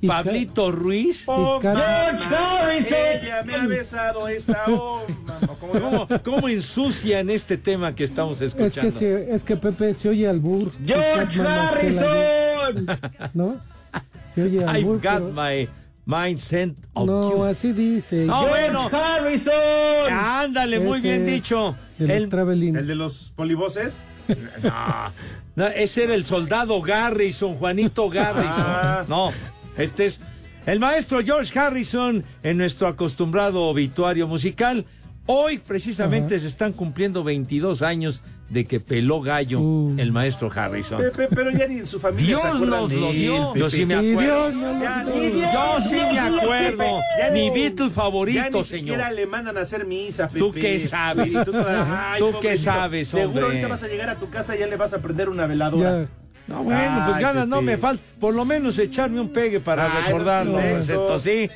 Speaker 12: y
Speaker 9: Pablito Ruiz.
Speaker 12: Y cada-
Speaker 7: George Oh, Ella me ha besado esta oh, bomba.
Speaker 9: ¿Cómo, cómo ensucian este tema que estamos
Speaker 12: Es
Speaker 9: escuchando?
Speaker 12: que, se- es que Pepe se oye al burro.
Speaker 9: ¡George
Speaker 12: ¿No? Se oye al
Speaker 9: I've
Speaker 12: burro.
Speaker 9: got my mind sent on you.
Speaker 12: No, así dice.
Speaker 9: No, bueno.
Speaker 24: Harrison.
Speaker 9: Ándale, muy
Speaker 12: Ese
Speaker 9: bien dicho.
Speaker 12: de los
Speaker 9: El-
Speaker 12: Traveling.
Speaker 7: ¿El de los polivoces?
Speaker 9: no, [laughs] no, ese era el soldado Garrison, Juanito
Speaker 7: Ah.
Speaker 9: Garrison. No, este es el maestro George Harrison en nuestro acostumbrado obituario musical. Hoy precisamente se están cumpliendo 22 años de que peló gallo
Speaker 12: Uh.
Speaker 9: el maestro Harrison.
Speaker 7: Pepe, pero ya ni en su familia
Speaker 9: Dios
Speaker 7: se acuerdan
Speaker 9: nos
Speaker 7: de
Speaker 9: lo
Speaker 7: él,
Speaker 9: dio.
Speaker 7: Pepe.
Speaker 9: Yo sí me
Speaker 7: Y
Speaker 9: acuerdo.
Speaker 7: Dios nos
Speaker 9: Ya,
Speaker 7: lo
Speaker 9: ni-
Speaker 7: dio.
Speaker 9: yo sí me
Speaker 7: Dios nos lo
Speaker 9: acuerdo.
Speaker 7: dio. [laughs] Ya
Speaker 9: Mi
Speaker 7: ni-
Speaker 9: Beatle
Speaker 7: ya
Speaker 9: favorito,
Speaker 7: ni
Speaker 9: señor.
Speaker 7: siquiera le mandan a hacer misa, Pepe.
Speaker 9: ¿Tú qué sabes?
Speaker 7: Y todavía- Ay,
Speaker 9: ¿Tú
Speaker 7: pobrecito.
Speaker 9: qué sabes,
Speaker 7: Seguro
Speaker 9: hombre?
Speaker 7: ahorita vas a llegar a tu casa y ya le vas a prender una veladora.
Speaker 9: No, bueno, pues
Speaker 7: Ay,
Speaker 9: ganas no
Speaker 7: Pepe.
Speaker 9: me falta. Por lo menos echarme un pegue para
Speaker 7: Ay,
Speaker 9: recordarlo.
Speaker 7: no, no,
Speaker 9: pues,
Speaker 7: eso.
Speaker 9: esto sí.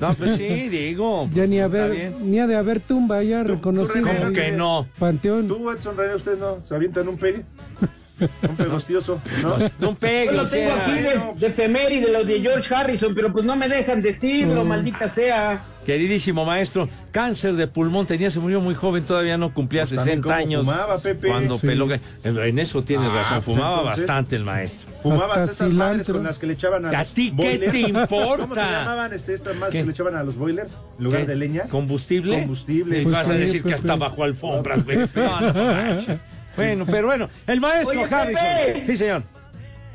Speaker 9: No, pues
Speaker 7: [laughs]
Speaker 9: sí, digo.
Speaker 12: Ya ni a
Speaker 9: está
Speaker 12: ver,
Speaker 9: bien.
Speaker 12: ni ha de haber tumba ya reconocido.
Speaker 7: René,
Speaker 12: el
Speaker 9: Que no.
Speaker 12: Panteón.
Speaker 7: ¿Tú, Edson René, ustedes no se avientan un pegue? Un pegostioso, ¿no?
Speaker 9: No pegue.
Speaker 24: Yo
Speaker 9: o
Speaker 24: lo tengo
Speaker 9: sea.
Speaker 24: aquí de, de efeméride, lo de George Harrison, pero pues no me dejan decirlo, maldita sea.
Speaker 9: Queridísimo maestro, cáncer de pulmón tenía, se murió muy joven, todavía no cumplía
Speaker 7: Pues también
Speaker 9: 60
Speaker 7: cómo
Speaker 9: años.
Speaker 7: fumaba, Pepe.
Speaker 9: Cuando
Speaker 7: Sí.
Speaker 9: peló. gallo. En, en eso tienes
Speaker 7: Ah,
Speaker 9: razón,
Speaker 7: pues
Speaker 9: fumaba
Speaker 7: entonces-
Speaker 9: bastante el maestro.
Speaker 7: Fumabas
Speaker 12: Hasta
Speaker 7: de esas madres
Speaker 12: cilantro.
Speaker 7: con las que le echaban a
Speaker 9: ¿A
Speaker 7: los
Speaker 9: ti qué
Speaker 7: boilers?
Speaker 9: te importa?
Speaker 7: ¿Cómo se llamaban este, estas madres
Speaker 9: ¿Qué?
Speaker 7: que le echaban a los boilers? En lugar
Speaker 9: ¿Qué?
Speaker 7: de leña.
Speaker 9: ¿Combustible?
Speaker 7: Combustible.
Speaker 9: Eh,
Speaker 12: Pues
Speaker 9: vas a
Speaker 12: sí,
Speaker 9: decir que
Speaker 12: Pepe.
Speaker 9: hasta bajo
Speaker 7: [laughs]
Speaker 9: alfombras, güey. No, no manches. Bueno, pero bueno, el maestro
Speaker 24: Oye,
Speaker 9: Harrison.
Speaker 24: Pepe.
Speaker 9: Sí, señor.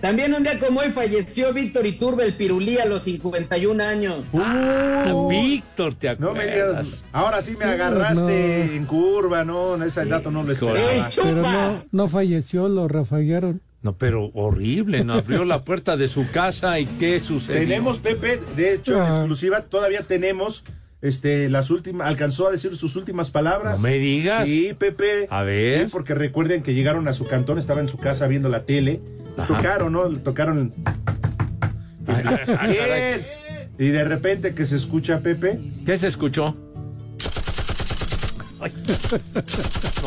Speaker 24: También un día como hoy falleció Víctor Iturbe, el pirulí, a los 51 años.
Speaker 7: Uh.
Speaker 9: Ah, Víctor, ¿te
Speaker 7: No
Speaker 9: acuerdas?
Speaker 7: me digas, ahora sí me agarraste en curva, no, no, ese dato no lo esperaba.
Speaker 24: Híjole.
Speaker 12: Pero
Speaker 24: ¡Chupa!
Speaker 12: no, no falleció, lo rafaguearon.
Speaker 9: No, pero horrible, no abrió la puerta de su casa y qué sucedió.
Speaker 7: Tenemos, Pepe, de hecho, en
Speaker 12: Ah.
Speaker 7: exclusiva, todavía tenemos este, las últimas, alcanzó a decir sus últimas palabras.
Speaker 9: No me digas.
Speaker 7: Sí, Pepe.
Speaker 9: A ver.
Speaker 7: Sí, porque recuerden que llegaron a su cantón, estaba en su casa viendo la tele. Les Tocaron, ¿no? Le Tocaron.
Speaker 9: Ay, ay, ay, caray.
Speaker 7: ¡Bien! Y de repente que se escucha, Pepe.
Speaker 9: ¿Qué se escuchó? Ay.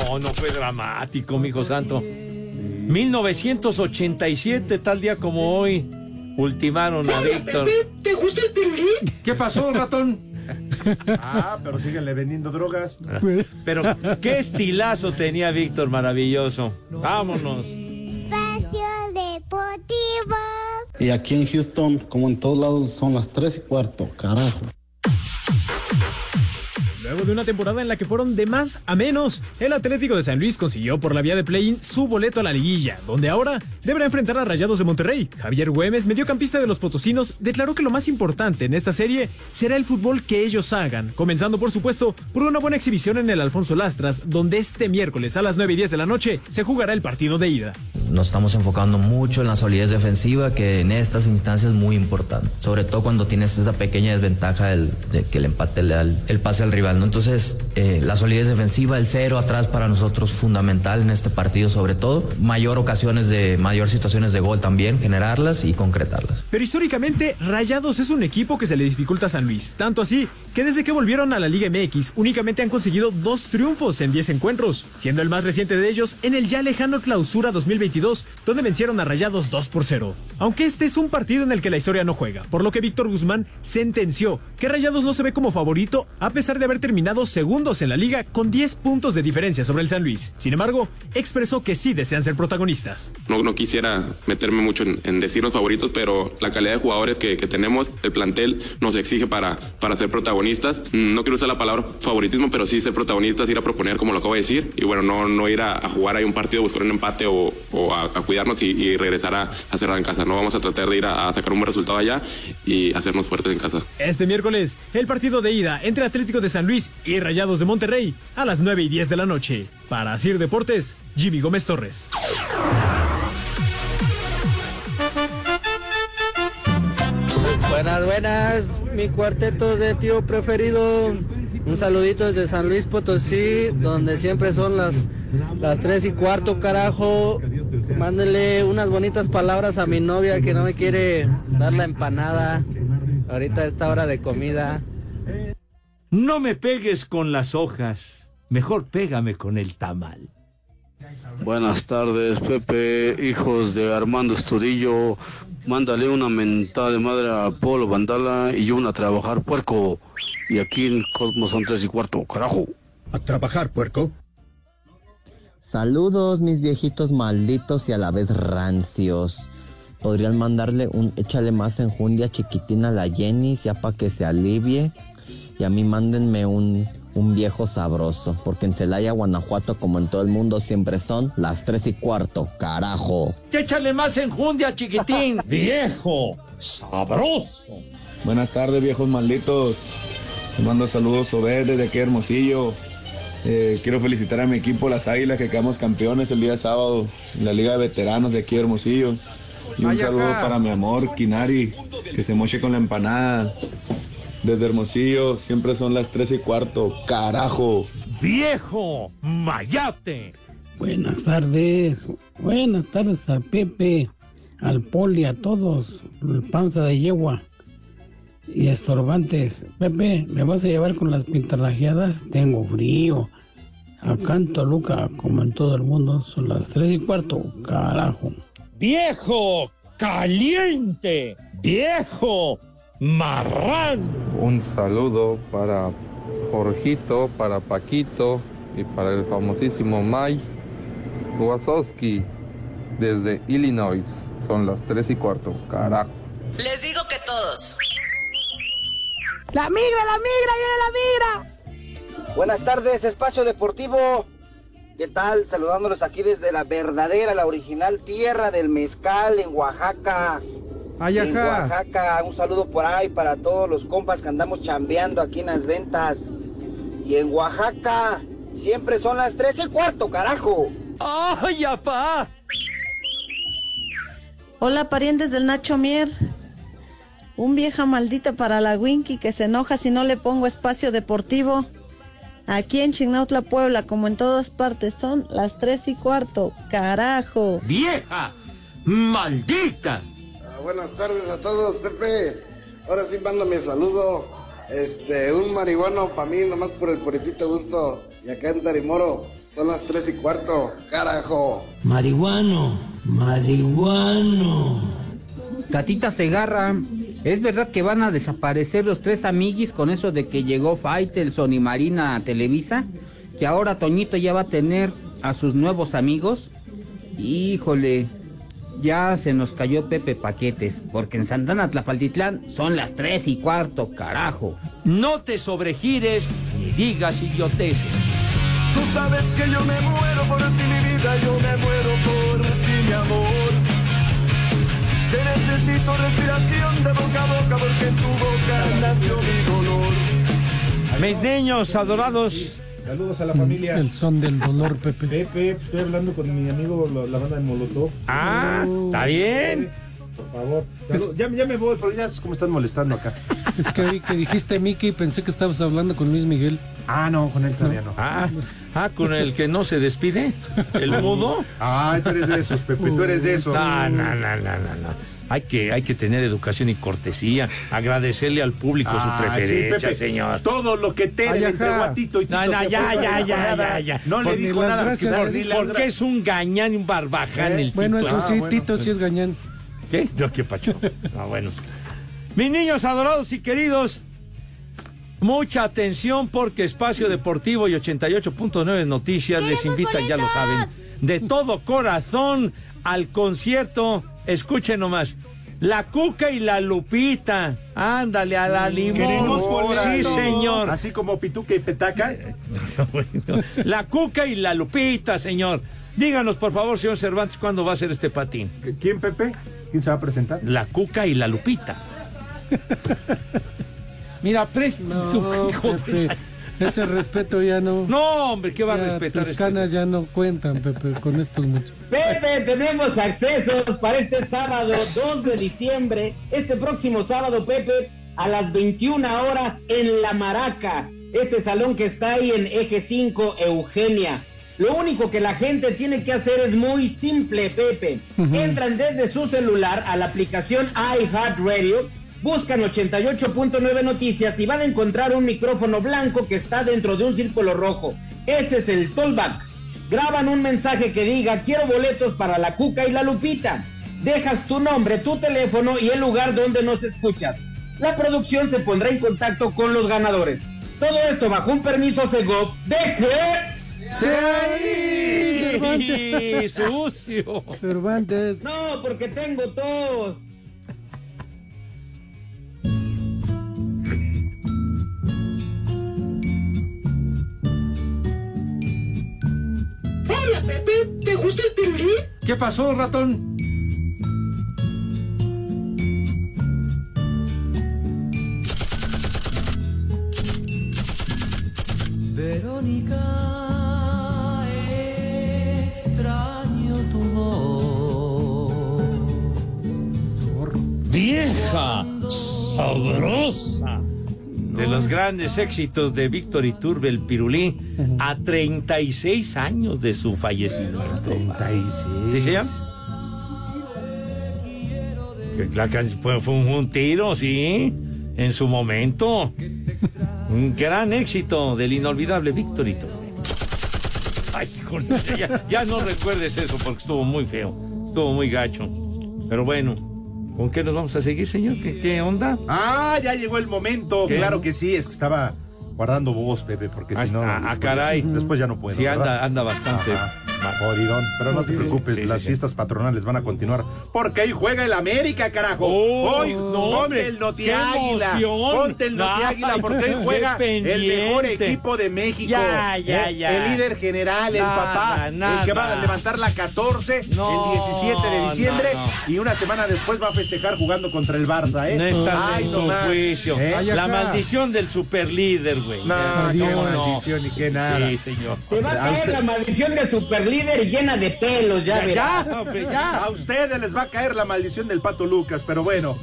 Speaker 9: No, no fue dramático, mijo santo. 1987, tal día como hoy, ultimaron a Víctor.
Speaker 6: ¿Te gusta el pirulí?
Speaker 9: ¿Qué pasó, ratón?
Speaker 7: Ah, pero síguenle vendiendo drogas.
Speaker 9: Pero qué estilazo tenía Víctor, maravilloso. Vámonos.
Speaker 4: Espacio Deportivo.
Speaker 20: Y aquí en Houston, como en todos lados, son las 3 y cuarto, carajo.
Speaker 25: Luego de una temporada en la que fueron de más a menos, el Atlético de San Luis consiguió por la vía de play-in su boleto a la liguilla, donde ahora deberá enfrentar a Rayados de Monterrey. Javier Güemes, mediocampista de los potosinos, declaró que lo más importante en esta serie será el fútbol que ellos hagan, comenzando por supuesto por una buena exhibición en el Alfonso Lastras, donde este miércoles a las 9 y 10 de la noche se jugará el partido de ida.
Speaker 26: Nos estamos enfocando mucho en la solidez defensiva, que en estas instancias es muy importante, sobre todo cuando tienes esa pequeña desventaja del- de que el empate le da el, el pase al rival. ¿no? Entonces, eh, la solidez defensiva, el cero atrás para nosotros fundamental en este partido, sobre todo. Mayor ocasiones de, mayor situaciones de gol también, generarlas y concretarlas.
Speaker 25: Pero históricamente, Rayados es un equipo que se le dificulta a San Luis, tanto así que desde que volvieron a la Liga MX únicamente han conseguido dos triunfos en 10 encuentros, siendo el más reciente de ellos en el ya lejano clausura 2022, donde vencieron a Rayados 2 por 0. Aunque este es un partido en el que la historia no juega, por lo que Víctor Guzmán sentenció que Rayados no se ve como favorito a pesar de haber terminado segundos en la liga con 10 puntos de diferencia sobre el San Luis. Sin embargo, expresó que sí desean ser protagonistas.
Speaker 27: No, no quisiera meterme mucho en, en decir los favoritos, pero la calidad de jugadores que, que tenemos, el plantel nos exige para, para ser protagonistas. Mm, No quiero usar la palabra favoritismo, pero sí ser protagonistas, ir a proponer como lo acabo de decir, y bueno, no, no ir a, a jugar ahí un partido, buscar un empate o, o a, a, cuidarnos y, y regresar a, a, cerrar en casa. No vamos a tratar de ir a, a sacar un buen resultado allá y hacernos fuertes en casa.
Speaker 25: Este miércoles, el partido de ida entre Atlético de San Luis y Rayados de Monterrey a las 9 y 10 de la noche. Para Sir Deportes, Jimmy Gómez Torres.
Speaker 13: Buenas, buenas, mi cuarteto de tío preferido. Un saludito desde San Luis Potosí, donde siempre son las, las 3 y cuarto, carajo. Mándele unas bonitas palabras a mi novia que no me quiere dar la empanada ahorita a esta hora de comida.
Speaker 9: No me pegues con las hojas, mejor pégame con el tamal.
Speaker 28: Buenas tardes, Pepe, hijos de Armando Estudillo. Mándale una mentada de madre a Polo Vandala y una a trabajar, puerco. Y aquí en Cosmos son tres y cuarto, carajo.
Speaker 29: A trabajar, puerco.
Speaker 30: Saludos, mis viejitos malditos y a la vez rancios. Podrían mandarle un échale más enjundia chiquitina a la Jenny, ya para que se alivie. Y a mí mándenme un un viejo sabroso, porque en Celaya, Guanajuato, como en todo el mundo, siempre son las tres y cuarto, carajo.
Speaker 9: Échale más enjundia, chiquitín.
Speaker 31: viejo sabroso.
Speaker 8: Buenas tardes, viejos malditos. Les mando saludos, Obed, desde aquí, Hermosillo. Eh, quiero felicitar a mi equipo, las Águilas, que quedamos campeones el día sábado en la Liga de Veteranos de aquí, Hermosillo. Y un Ay, saludo acá. para mi amor, Kinari, que se moche con la empanada desde Hermosillo, siempre son las 3 y cuarto. ¡Carajo!
Speaker 9: ¡Viejo! ¡Mayate!
Speaker 12: Buenas tardes, buenas tardes a Pepe, al Poli, a todos, el panza de yegua y estorbantes. Pepe, ¿me vas a llevar con las pintarrajeadas? Tengo frío. Acá en Toluca, como en todo el mundo, son las 3 y cuarto. ¡Carajo!
Speaker 31: ¡Viejo! ¡Caliente! ¡Viejo! marrán.
Speaker 32: Un saludo para Jorgito, para Paquito y para el famosísimo Mike Wazowski desde Illinois. Son las 3 y cuarto, carajo.
Speaker 33: Les digo que todos.
Speaker 34: La migra, la migra, viene
Speaker 24: la migra. Buenas tardes, espacio deportivo. ¿Qué tal? Saludándolos aquí desde la verdadera, la original tierra del mezcal en Oaxaca. En Oaxaca, un saludo por ahí para todos los compas que andamos chambeando aquí en las ventas. Y en Oaxaca, siempre son las tres y cuarto, carajo.
Speaker 9: ¡Ay, apá!
Speaker 35: Hola, parientes del Nacho Mier. Un vieja maldita para la Winky que se enoja si no le pongo espacio deportivo. Aquí en Chignautla, Puebla, como en todas partes, son las tres y cuarto, carajo.
Speaker 9: ¡Vieja! ¡Maldita!
Speaker 11: Ah, buenas tardes a todos, Pepe. Ahora sí mando mi saludo. Este, un marihuano para mí, nomás por el puritito gusto. Y acá en Tarimoro son las tres y cuarto. Carajo.
Speaker 36: Marihuano, marihuano.
Speaker 37: Catita Segarra, ¿es verdad que van a desaparecer los tres amiguis con eso de que llegó Faitelson y Marina a Televisa? ¿Que ahora Toñito ya va a tener a sus nuevos amigos? Híjole, ya se nos cayó Pepe Paquetes, porque en Santana Tlapaltitlán son las 3 y cuarto, carajo.
Speaker 9: No te sobregires ni digas idioteces.
Speaker 2: Tú sabes que yo me muero por ti, mi vida, yo me muero por ti, mi amor. Te necesito respiración de boca a boca, porque en tu boca nació mi dolor.
Speaker 9: Mis niños adorados.
Speaker 7: Saludos a la familia.
Speaker 38: El son del dolor, Pepe.
Speaker 7: Pepe, estoy hablando con mi amigo la, la banda de Molotov.
Speaker 9: Ah, está bien.
Speaker 7: Por favor. Salud, ya, ya, me voy, pero ya es como están molestando acá.
Speaker 38: Es que vi que dijiste Mickey y pensé que estabas hablando con Luis Miguel.
Speaker 7: Ah, no, con él todavía no.
Speaker 9: Ah, ah, con el que no se despide, el mudo.
Speaker 7: Ay, tú eres de esos, Pepe, tú eres de esos.
Speaker 9: No, no, no, no, no. no. Hay que, hay que tener educación y cortesía, agradecerle al público
Speaker 7: Ah,
Speaker 9: su
Speaker 7: sí,
Speaker 9: preferencia,
Speaker 7: Pepe.
Speaker 9: señor.
Speaker 7: Todo lo que te
Speaker 9: Ay,
Speaker 7: le entregó
Speaker 9: ajá.
Speaker 7: a Tito y Tito
Speaker 9: No, no,
Speaker 7: se
Speaker 9: ya,
Speaker 7: fue con
Speaker 9: ya,
Speaker 7: la
Speaker 9: ya,
Speaker 7: jornada.
Speaker 9: ya, ya.
Speaker 7: No le
Speaker 9: Por-
Speaker 7: dijo
Speaker 12: las
Speaker 7: nada.
Speaker 12: gracias,
Speaker 9: Por-
Speaker 7: por ni las ¿Eh?
Speaker 9: porque es un gañán y un barbaján el
Speaker 12: Bueno,
Speaker 9: Tito.
Speaker 12: eso
Speaker 9: Ah,
Speaker 12: sí,
Speaker 9: bueno.
Speaker 12: Tito
Speaker 7: pues.
Speaker 12: sí es gañán.
Speaker 9: ¿Qué? No, qué pacho. Ah, bueno. Mis niños adorados y queridos, mucha atención porque Espacio Deportivo y 88.9 Noticias les invitan, ya lo saben, de todo corazón al concierto. Escuchen nomás. La Cuca y la Lupita. Ándale a la limón.
Speaker 7: Mm, Queremos
Speaker 9: Sí,
Speaker 7: boletos.
Speaker 9: señor.
Speaker 7: Así como Pituca y Petaca.
Speaker 9: La Cuca y la Lupita, señor. Díganos, por favor, señor Cervantes, cuándo va a ser este patín.
Speaker 7: ¿Quién, Pepe? ¿Quién se va a presentar?
Speaker 9: La Cuca y la Lupita. Mira, presta [laughs]
Speaker 12: No, Pepe, ese respeto ya no. pues,
Speaker 9: No, hombre, ¿qué va a respetar
Speaker 12: Tus
Speaker 9: este?
Speaker 12: canas ya no cuentan, Pepe, con estos muchachos.
Speaker 13: Pepe, tenemos accesos para este sábado 2 de diciembre, este próximo sábado, Pepe, a las 21 horas en La Maraca, este salón que está ahí en Eje 5, Eugenia. Lo único que la gente tiene que hacer es muy simple, Pepe. Entran desde su celular a la aplicación iHeartRadio, buscan 88.9 noticias y van a encontrar un micrófono blanco que está dentro de un círculo rojo. Ese es el tollback graban un mensaje que diga quiero boletos para la Cuca y la Lupita. Dejas tu nombre, tu teléfono y el lugar donde nos escuchas. La producción se pondrá en contacto con los ganadores. Todo esto bajo un permiso Segov de que
Speaker 9: ¡Sí, sucio!
Speaker 12: Cervantes.
Speaker 13: No, porque tengo tos.
Speaker 39: Hola, Pepe. ¿Te gusta el pirulí?
Speaker 9: ¿Qué pasó, ratón?
Speaker 39: Verónica, extraño tu voz.
Speaker 18: Vieja, sabrosa.
Speaker 9: De los grandes éxitos de Víctor Iturbe, el pirulí, a 36 años de su fallecimiento. ¿36? ¿Sí, señor? Que La can- fue, fue un, un tiro, sí, en su momento. Un gran éxito del inolvidable Víctor Iturbe. Ay, híjole, ya, ya no recuerdes eso porque estuvo muy feo, estuvo muy gacho. Pero bueno, ¿con qué nos vamos a seguir, señor? ¿Qué, qué onda?
Speaker 7: Ah, ya llegó el momento.
Speaker 9: ¿Qué?
Speaker 7: Claro que sí, es que estaba guardando voz, Pepe, porque
Speaker 9: Ah,
Speaker 7: si no.
Speaker 9: está. Ah,
Speaker 7: después-
Speaker 9: caray.
Speaker 7: Después ya no puedo.
Speaker 9: Sí, anda,
Speaker 7: ¿verdad?
Speaker 9: anda bastante.
Speaker 7: Ah, Jodidón, pero no te preocupes,
Speaker 9: Sí, sí,
Speaker 7: las
Speaker 9: sí.
Speaker 7: fiestas patronales van a continuar. Porque ahí juega el América, carajo.
Speaker 9: Oh,
Speaker 7: Hoy,
Speaker 9: no, hombre,
Speaker 7: ponte el
Speaker 9: qué
Speaker 7: Notiáguila.
Speaker 9: emoción.
Speaker 7: Ponte el Notiáguila,
Speaker 9: Ay,
Speaker 7: porque ahí
Speaker 9: qué
Speaker 7: juega el mejor
Speaker 9: pendiente.
Speaker 7: equipo de México.
Speaker 9: Ya, ya,
Speaker 7: ¿eh?
Speaker 9: ya.
Speaker 7: El líder general, el
Speaker 9: Nada,
Speaker 7: papá, el que va
Speaker 9: nada.
Speaker 7: a levantar la 14
Speaker 9: No,
Speaker 7: el 17 de diciembre.
Speaker 9: no, no.
Speaker 7: Y una semana después va a festejar jugando contra el Barça, ¿eh?
Speaker 9: No estás
Speaker 7: Ay,
Speaker 9: en
Speaker 7: no
Speaker 9: tu
Speaker 7: más.
Speaker 9: juicio.
Speaker 7: ¿Eh?
Speaker 9: La maldición del superlíder, güey.
Speaker 7: No,
Speaker 9: Ya,
Speaker 7: qué
Speaker 9: ¿cómo
Speaker 7: maldición y qué nada.
Speaker 9: Sí, señor.
Speaker 13: Te va a caer la maldición de superlíder llena de pelos, ya, verás.
Speaker 7: A ustedes les va a caer la maldición del Pato Lucas, pero bueno.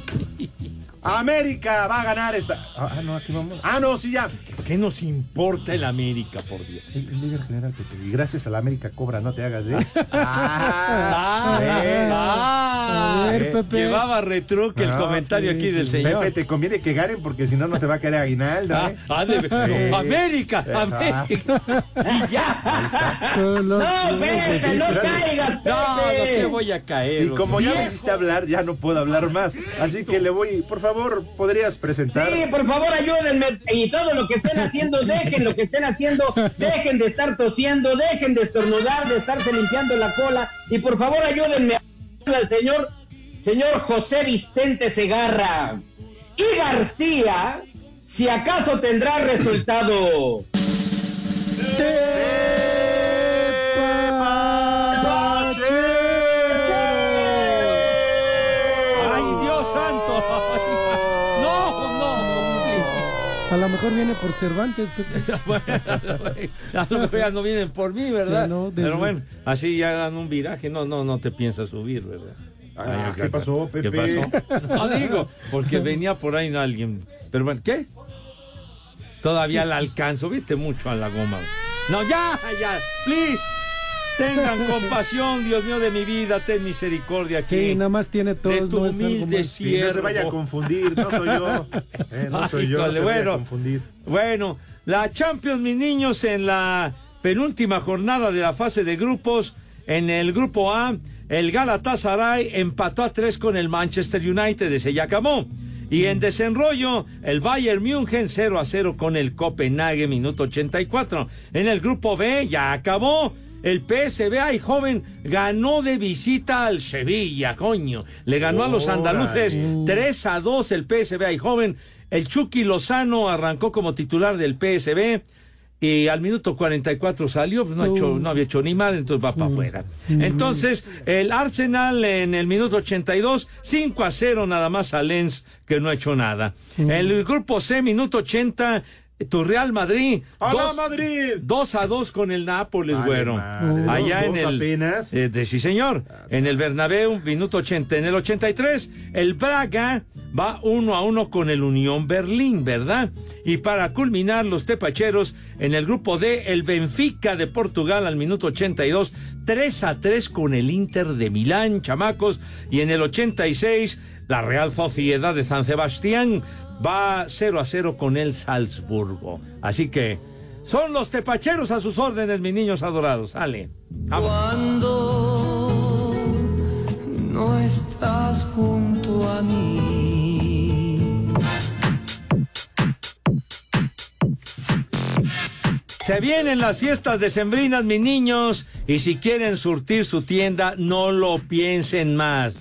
Speaker 7: América va a ganar esta. Ah, ah, no, aquí vamos. Ah, no, sí, ya.
Speaker 9: ¿Qué nos importa el América, por Dios?
Speaker 7: El líder general, Pepe. Y gracias a la América Cobra, no te hagas, ¿eh?
Speaker 9: Ah,
Speaker 7: eh.
Speaker 9: ah,
Speaker 7: A ver, [laughs] Pepe.
Speaker 9: Llevaba retruque el
Speaker 7: No,
Speaker 9: comentario
Speaker 7: sí.
Speaker 9: aquí del señor.
Speaker 7: Pepe, te conviene que ganen porque si no, no te va a caer aguinaldo,
Speaker 9: Ah,
Speaker 7: ¿eh?
Speaker 9: ah, de-
Speaker 7: Eh.
Speaker 9: América,
Speaker 7: Ajá.
Speaker 9: América. ah. Y ya.
Speaker 13: No, Pepe, no caigas, Pepe.
Speaker 9: No, no te voy a caer.
Speaker 7: Y como ya me
Speaker 9: hombre.
Speaker 7: hiciste hablar, ya no puedo hablar más. Así que le voy, por favor, ¿podrías presentar?
Speaker 13: Sí, por favor, ayúdenme. Y todo lo que estén haciendo, dejen lo que estén haciendo. Dejen de estar tosiendo, dejen de estornudar, de estarse limpiando la cola. Y por favor, ayúdenme al señor, señor José Vicente Segarra. Y García, si acaso tendrá resultado.
Speaker 9: ¡Ay, Dios santo! ¡No,
Speaker 12: A lo mejor viene por Cervantes, Pepe.
Speaker 9: [laughs] no! A lo mejor [laughs] ya no vienen por mí, ¿verdad?
Speaker 12: Sí, no, desde-
Speaker 9: Pero bueno, así ya dan un viraje. No, no, no te piensas subir, ¿verdad?
Speaker 7: Ah,
Speaker 9: Ay,
Speaker 7: ¿Qué pasó, Pepe?
Speaker 9: ¿Qué
Speaker 7: [laughs]
Speaker 9: pasó? No digo, porque venía por ahí alguien. Pero bueno, ¿qué? Todavía la alcanzo. Viste mucho a la goma. No, ya, ya. Please. Tengan compasión, Dios mío de mi vida, ten misericordia aquí.
Speaker 12: Sí, nada más tiene todo.
Speaker 9: De tu no humilde siervo.
Speaker 7: No se vaya a confundir, no soy yo. Eh, no soy
Speaker 9: Ay,
Speaker 7: yo, no se vaya
Speaker 9: bueno,
Speaker 7: a confundir.
Speaker 9: Bueno, la Champions, mis niños, en la penúltima jornada de la fase de grupos, en el grupo A, el Galatasaray empató a tres con el Manchester United, ese ya acabó. Y en desenrollo, el Bayern München 0 a 0 con el Copenhague, minuto 84. En el grupo B, ya acabó. El PSV, ay joven, ganó de visita al Sevilla, coño. Le ganó a los andaluces 3 a 2 el PSV, ay joven. El Chucky Lozano arrancó como titular del PSV y al minuto 44 salió, pues no, ha hecho- no había hecho ni mal, entonces va para afuera. Entonces, el Arsenal en el minuto 82, 5 a 0 nada más a Lens, que no ha hecho nada. El grupo C, minuto 80, tu Real Madrid.
Speaker 7: ¡A la
Speaker 9: dos-
Speaker 7: Madrid!
Speaker 9: 2 a 2 con el Nápoles,
Speaker 7: Vale,
Speaker 9: güero.
Speaker 7: madre, dos-
Speaker 9: Allá en
Speaker 7: dos
Speaker 9: el.
Speaker 7: apenas.
Speaker 9: eh, de- sí, señor. En el Bernabéu, minuto 80. En el 83, el Braga va 1 a 1 con el Unión Berlín, ¿verdad? Y para culminar, los tepacheros en el grupo D, el Benfica de Portugal al minuto 82, 3 a 3 con el Inter de Milán, chamacos. Y en el 86, la Real Sociedad de San Sebastián va 0 a 0 con el Salzburgo. Así que. Son los tepacheros a sus órdenes, mis niños adorados. Ale.
Speaker 27: Cuando no estás junto a mí.
Speaker 9: Se vienen las fiestas decembrinas, mis niños, y si quieren surtir su tienda, no lo piensen más.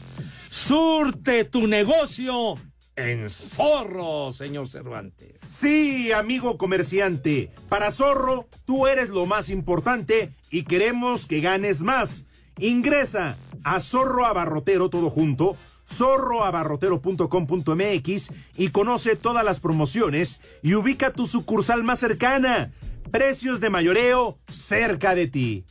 Speaker 9: Surte tu negocio en zorro, señor Cervantes.
Speaker 7: Sí, amigo comerciante, para Zorro tú eres lo más importante y queremos que ganes más. Ingresa a Zorro Abarrotero todo junto, zorroabarrotero.com.mx y conoce todas las promociones y ubica tu sucursal más cercana. Precios de mayoreo cerca de ti.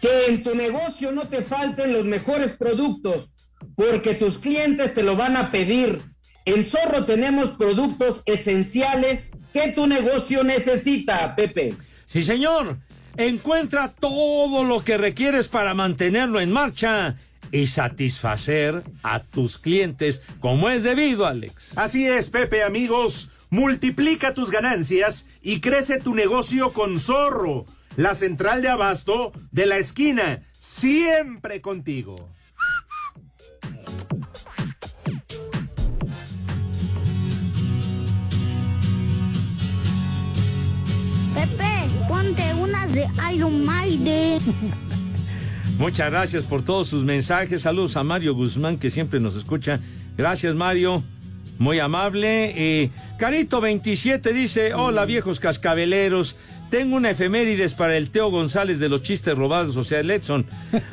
Speaker 13: Que en tu negocio no te falten los mejores productos, porque tus clientes te lo van a pedir. En Zorro tenemos productos esenciales que tu negocio necesita, Pepe.
Speaker 9: Sí, señor. Encuentra todo lo que requieres para mantenerlo en marcha y satisfacer a tus clientes como es debido, Alex.
Speaker 7: Así es, Pepe, amigos. Multiplica tus ganancias y crece tu negocio con Zorro, la central de abasto de la esquina, siempre contigo.
Speaker 6: Pepe, ponte unas de Iron Maiden.
Speaker 4: [laughs]
Speaker 9: Muchas gracias por todos sus mensajes. Saludos a Mario Guzmán, que siempre nos escucha. Gracias, Mario. Muy amable. Eh, Carito27 dice: Hola, viejos cascabeleros. Tengo una efemérides para el Teo González de los chistes robados, o sea, el Edson.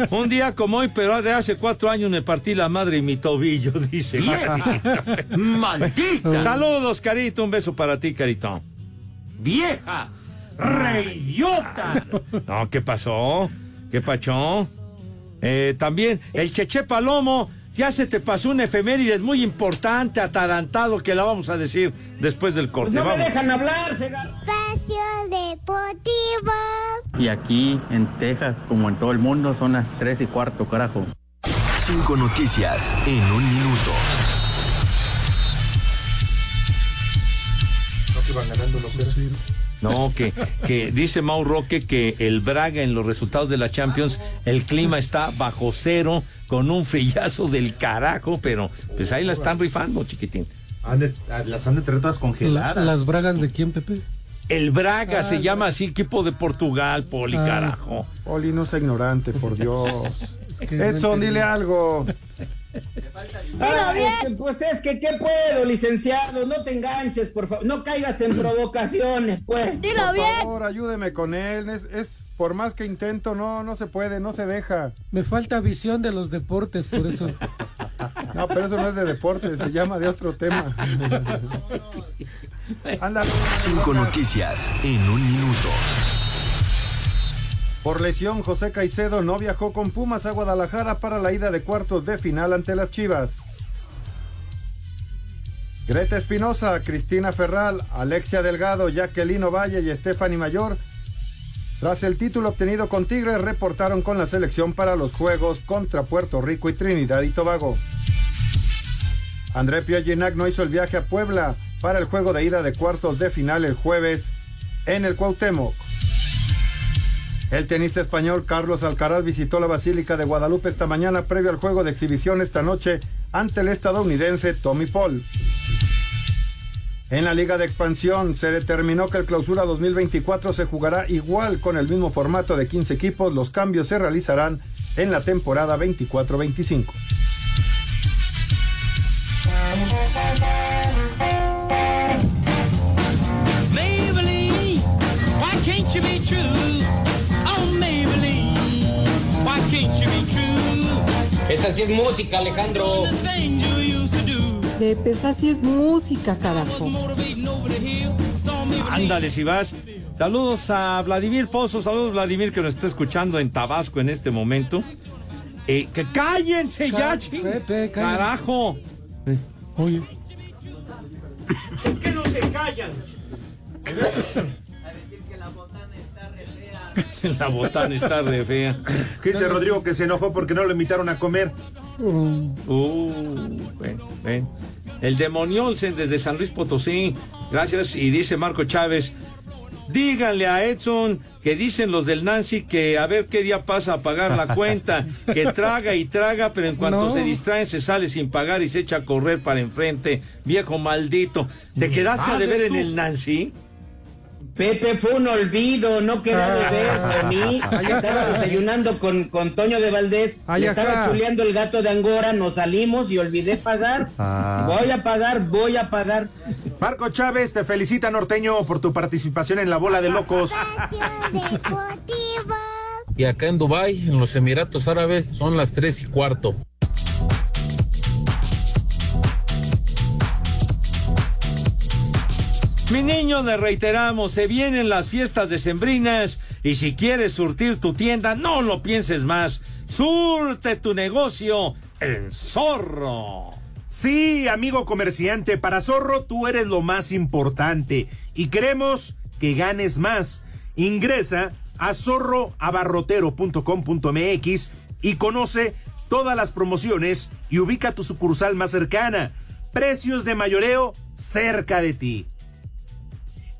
Speaker 9: Un día como hoy, pero de hace cuatro años me partí la madre y mi tobillo, [laughs] dice. Carito. ¡Maldita! Saludos, Carito. Un beso para ti, Carito. ¡Vieja! ¡Reyota! [laughs] No, ¿qué pasó? ¿Qué pachó? Eh, también el Cheche Palomo, ya se te pasó una efeméride muy importante, atarantado, que la vamos a decir después del corte.
Speaker 13: No me
Speaker 9: Vamos.
Speaker 13: dejan hablar, se
Speaker 6: Espacio Deportivo.
Speaker 4: Y aquí en Texas, como en todo el mundo, son las 3 y cuarto, carajo.
Speaker 23: Cinco noticias en un minuto.
Speaker 9: No, que, que dice Mau Roque que el Braga en los resultados de la Champions, el clima está bajo cero, con un frillazo del carajo, pero pues ahí la están rifando, chiquitín.
Speaker 7: [laughs] Han de- ah, las han de tener todas congeladas.
Speaker 12: ¿Las bragas de quién, Pepe?
Speaker 9: El Braga
Speaker 12: Ah,
Speaker 9: se
Speaker 12: el
Speaker 9: llama así, equipo de Portugal, poli,
Speaker 12: Ah.
Speaker 9: carajo.
Speaker 24: Oli no sea ignorante, por
Speaker 9: [laughs]
Speaker 24: Dios.
Speaker 12: que no
Speaker 24: Edson,
Speaker 12: entendí.
Speaker 24: dile algo.
Speaker 13: Ah, este, pues es que, ¿qué puedo, licenciado? No te enganches, por favor. No caigas en provocaciones, pues.
Speaker 24: por favor, ayúdeme con él. Es, es- por más que intento, no, no se puede, no se deja.
Speaker 12: Me falta visión de los deportes, por eso.
Speaker 24: [laughs] No, pero eso no es de deporte, se llama de otro
Speaker 12: [laughs]
Speaker 24: tema. Ándale.
Speaker 23: Cinco noticias en un minuto.
Speaker 24: Por lesión, José Caicedo no viajó con Pumas a Guadalajara para la ida de cuartos de final ante las Chivas. Greta Espinosa, Cristina Ferral, Alexia Delgado, Jacqueline Valle y Stephanie Mayor. Tras el título obtenido con Tigres, reportaron con la selección para los juegos contra Puerto Rico y Trinidad y Tobago. André Piojinac no hizo el viaje a Puebla para el juego de ida de cuartos de final el jueves en el Cuauhtémoc. El tenista español Carlos Alcaraz visitó la Basílica de Guadalupe esta mañana previo al juego de exhibición esta noche ante el estadounidense Tommy Paul. En la Liga de Expansión se determinó que el Clausura 2024 se jugará igual con el mismo formato de 15 equipos. Los cambios se realizarán en la temporada 24-25.
Speaker 9: Oh,
Speaker 10: Esta sí es música, Alejandro.
Speaker 28: De pesar si es música, carajo.
Speaker 9: Ándale, si vas. Saludos a Vladimir Pozo, saludos Vladimir que nos está escuchando en Tabasco en este momento. Eh, que cállense Cal ya, ching. Pepe, Carajo. Eh.
Speaker 12: Oye.
Speaker 9: ¿Por qué no se callan? [laughs] La botana está re fea.
Speaker 7: ¿Qué dice Rodrigo que se enojó porque no lo invitaron a comer?
Speaker 9: Uh, ven, ven. El demonio Olsen desde San Luis Potosí. Gracias. Y dice Marco Chávez. Díganle a Edson que dicen los del Nancy que a ver qué día pasa a pagar la [laughs] cuenta, que traga y traga, pero en cuanto no. se distraen se sale sin pagar y se echa a correr para enfrente. Viejo maldito, ¿te quedaste a deber tú? en el Nancy?
Speaker 13: Pepe fue un olvido, no queda de ver de mí. Estaba desayunando con, con Toño de Valdés, le estaba chuleando el gato de Angora, nos salimos y olvidé pagar. Ah. Voy a pagar, voy a pagar.
Speaker 7: Marco Chávez, te felicita Norteño por tu participación en la bola de locos.
Speaker 3: Y acá en Dubai, en los Emiratos Árabes, son las tres y cuarto.
Speaker 9: Mi niño, le reiteramos, se vienen las fiestas decembrinas y si quieres surtir tu tienda, no lo pienses más. Surte tu negocio en Zorro.
Speaker 7: Sí, amigo comerciante, para Zorro tú eres lo más importante y queremos que ganes más. Ingresa a zorroabarrotero.com.mx y conoce todas las promociones y ubica tu sucursal más cercana. Precios de mayoreo cerca de ti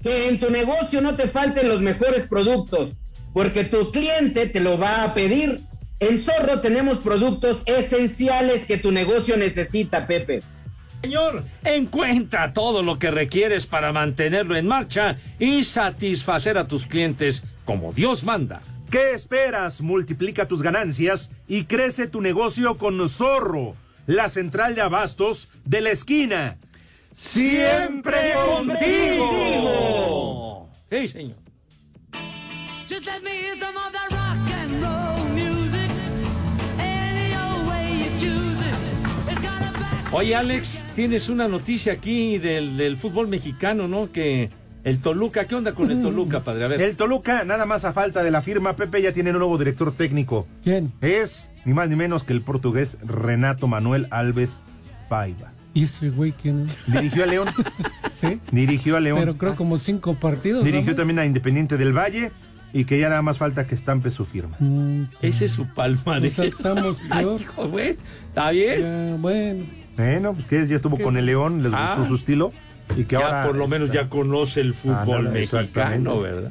Speaker 13: que en tu negocio no te falten los mejores productos, porque tu cliente te lo va a pedir. En Zorro tenemos productos esenciales que tu negocio necesita, Pepe.
Speaker 9: Señor, encuentra todo lo que requieres para mantenerlo en marcha y satisfacer a tus clientes como Dios manda.
Speaker 7: ¿Qué esperas? Multiplica tus ganancias y crece tu negocio con Zorro, la central de abastos de la esquina.
Speaker 9: Siempre, siempre contigo. contigo. Sí, señor. Just let me hear some of that rock and roll music. Any old way you choose it. It's gonna back Oye, Alex, tienes una noticia aquí del, del fútbol mexicano, ¿no? Que el Toluca, ¿qué onda con el Toluca, padre? A ver.
Speaker 7: Mm. El Toluca, Ah, nada más a falta de la firma, Pepe ya tiene un nuevo director técnico.
Speaker 12: ¿Quién?
Speaker 7: Es ni más ni menos que el portugués Renato Manuel Alves Paiva.
Speaker 12: ¿Y ese güey quién es?
Speaker 7: Dirigió a León.
Speaker 12: [laughs] ¿Sí?
Speaker 7: Dirigió a León.
Speaker 12: Pero creo como cinco partidos.
Speaker 7: Dirigió ¿no? también a Independiente del Valle y que ya nada más falta que estampe su firma. Mm,
Speaker 9: ese es su palmarés.
Speaker 12: O sea,
Speaker 9: [laughs]
Speaker 12: estamos peor.
Speaker 9: Hijo, güey. ¿Está bien?
Speaker 12: Ya, bueno.
Speaker 7: Bueno, pues que ya estuvo ¿Qué? con el León, les ah, gustó su estilo y que
Speaker 9: ya
Speaker 7: ahora
Speaker 9: por lo menos está... ya conoce el fútbol ah, no, mexicano, ¿verdad?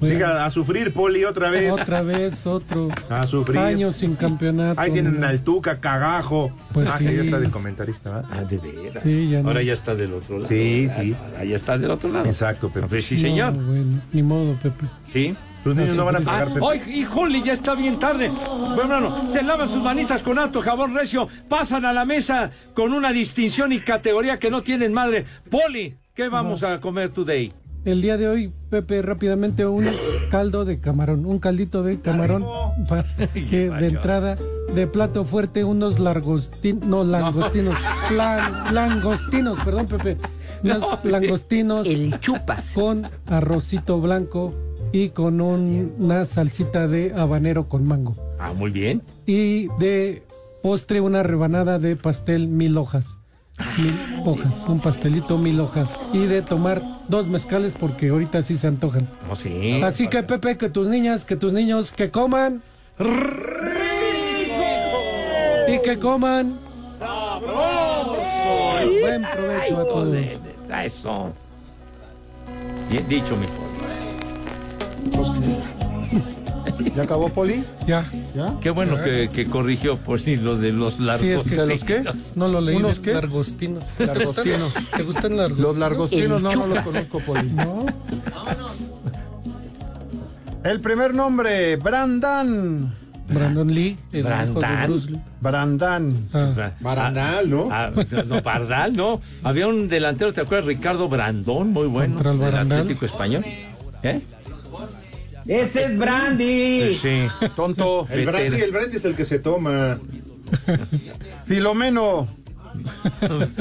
Speaker 7: Bueno. Siga a sufrir, Poli, otra vez.
Speaker 12: Otra vez, otro.
Speaker 7: A sufrir.
Speaker 12: Años sin campeonato.
Speaker 7: Ahí tienen al Tuca, cagajo.
Speaker 12: Pues
Speaker 7: ah,
Speaker 12: sí.
Speaker 7: que ya está de comentarista, ¿verdad?
Speaker 9: Ah, de veras. Sí, ya no. Ahora ya está del otro lado.
Speaker 7: Sí,
Speaker 9: ¿verdad?
Speaker 7: sí.
Speaker 9: Ahora ya está del otro lado.
Speaker 7: Exacto, Pepe.
Speaker 9: Pues sí, señor.
Speaker 12: No, bueno, ni modo, Pepe.
Speaker 9: Sí.
Speaker 7: Los niños no van
Speaker 9: Ah,
Speaker 7: a pagar, Pepe.
Speaker 9: ¡Ay, híjole! Ya está bien tarde. Bueno, se lavan sus manitas con harto jabón recio, pasan a la mesa con una distinción y categoría que no tienen madre. Poli, ¿qué vamos no. a comer today?
Speaker 12: el día de hoy, Pepe, rápidamente un caldo de camarón, un caldito de camarón [laughs] para que de entrada, de plato fuerte, unos largostinos, no, [laughs] langostinos, no. Lan, langostinos, perdón, Pepe, unos no, langostinos.
Speaker 30: El chupas.
Speaker 12: Con arrocito blanco y con un, una salsita de habanero con mango.
Speaker 9: Ah, muy bien.
Speaker 12: Y de postre una rebanada de pastel mil hojas. mil hojas, un pastelito, mil hojas. Y de tomar dos mezcales porque ahorita sí se antojan.
Speaker 9: Oh, sí.
Speaker 12: Así que Pepe, que tus niñas, que tus niños, que coman. ¡Rico! Y que coman.
Speaker 9: ¡Sabroso!
Speaker 12: Buen provecho a todos.
Speaker 9: A eso. Bien dicho, mi
Speaker 24: Poli. ¿Ya acabó, Poli?
Speaker 12: Ya.
Speaker 24: ¿Ya?
Speaker 9: Qué bueno que, que corrigió Poli lo de los largos.
Speaker 12: Sí, es que
Speaker 9: de
Speaker 12: los qué? No lo leí.
Speaker 24: ¿Unos qué?
Speaker 12: Largostinos.
Speaker 24: [laughs] Largostinos.
Speaker 12: ¿Te gustan largos?
Speaker 24: Los largostinos
Speaker 9: El
Speaker 24: no, no los
Speaker 9: Chucas.
Speaker 24: conozco, Poli.
Speaker 12: No.
Speaker 24: El primer nombre, Brandán.
Speaker 12: Brandon Lee, el hijo de
Speaker 9: Brandon.
Speaker 12: Bruce Lee.
Speaker 24: Brandán.
Speaker 12: Ah,
Speaker 24: Barandal, ¿no?
Speaker 9: Ah, no, Bardal, no. Había un delantero, ¿te acuerdas? Ricardo Brandón, muy bueno.
Speaker 12: Contra el
Speaker 9: del
Speaker 12: Barandal.
Speaker 9: Atlético Español. ¿Eh?
Speaker 13: Ese Este es Brandy.
Speaker 9: Sí.
Speaker 24: Tonto.
Speaker 9: El brandy, el
Speaker 7: brandy es el que se toma.
Speaker 24: Filomeno.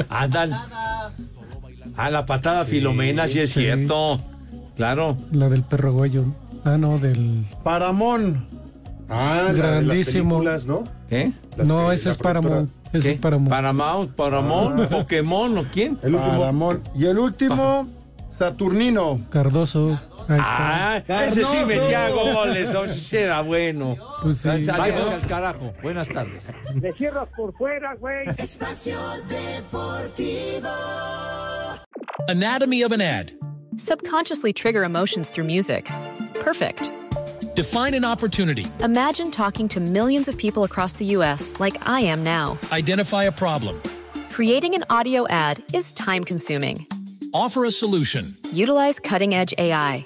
Speaker 9: Adal. A Ah, la patada Filomena, sí es
Speaker 12: sí.
Speaker 9: cierto. Claro.
Speaker 12: la del perro guayo. Ah, no, del.
Speaker 24: Paramón.
Speaker 7: Ah,
Speaker 12: Grandísimo.
Speaker 7: La de las películas, ¿no?
Speaker 9: ¿Eh?
Speaker 7: Las
Speaker 12: no,
Speaker 7: que-
Speaker 12: ese
Speaker 7: la
Speaker 12: es Paramount. Ese es Paramount.
Speaker 9: Paramount, Paramount, Pokémon, ¿o quién?
Speaker 24: Ah. El último. Paramón. Y el último, Saturnino.
Speaker 12: Cardoso. Ahí está.
Speaker 9: Ah, ese sí
Speaker 13: Cardoso.
Speaker 9: metía goles, o sea, era bueno.
Speaker 12: Pues sí.
Speaker 9: Adiós al carajo. Buenas tardes.
Speaker 2: Le cierras por fuera, güey.
Speaker 18: Anatomy of an ad.
Speaker 10: Subconsciously trigger emotions through music. Perfect.
Speaker 18: Define an opportunity.
Speaker 10: Imagine talking to millions of people across the US like I am now.
Speaker 18: Identify a problem.
Speaker 10: Creating an audio ad is time consuming.
Speaker 18: Offer a solution.
Speaker 10: Utilize cutting edge AI.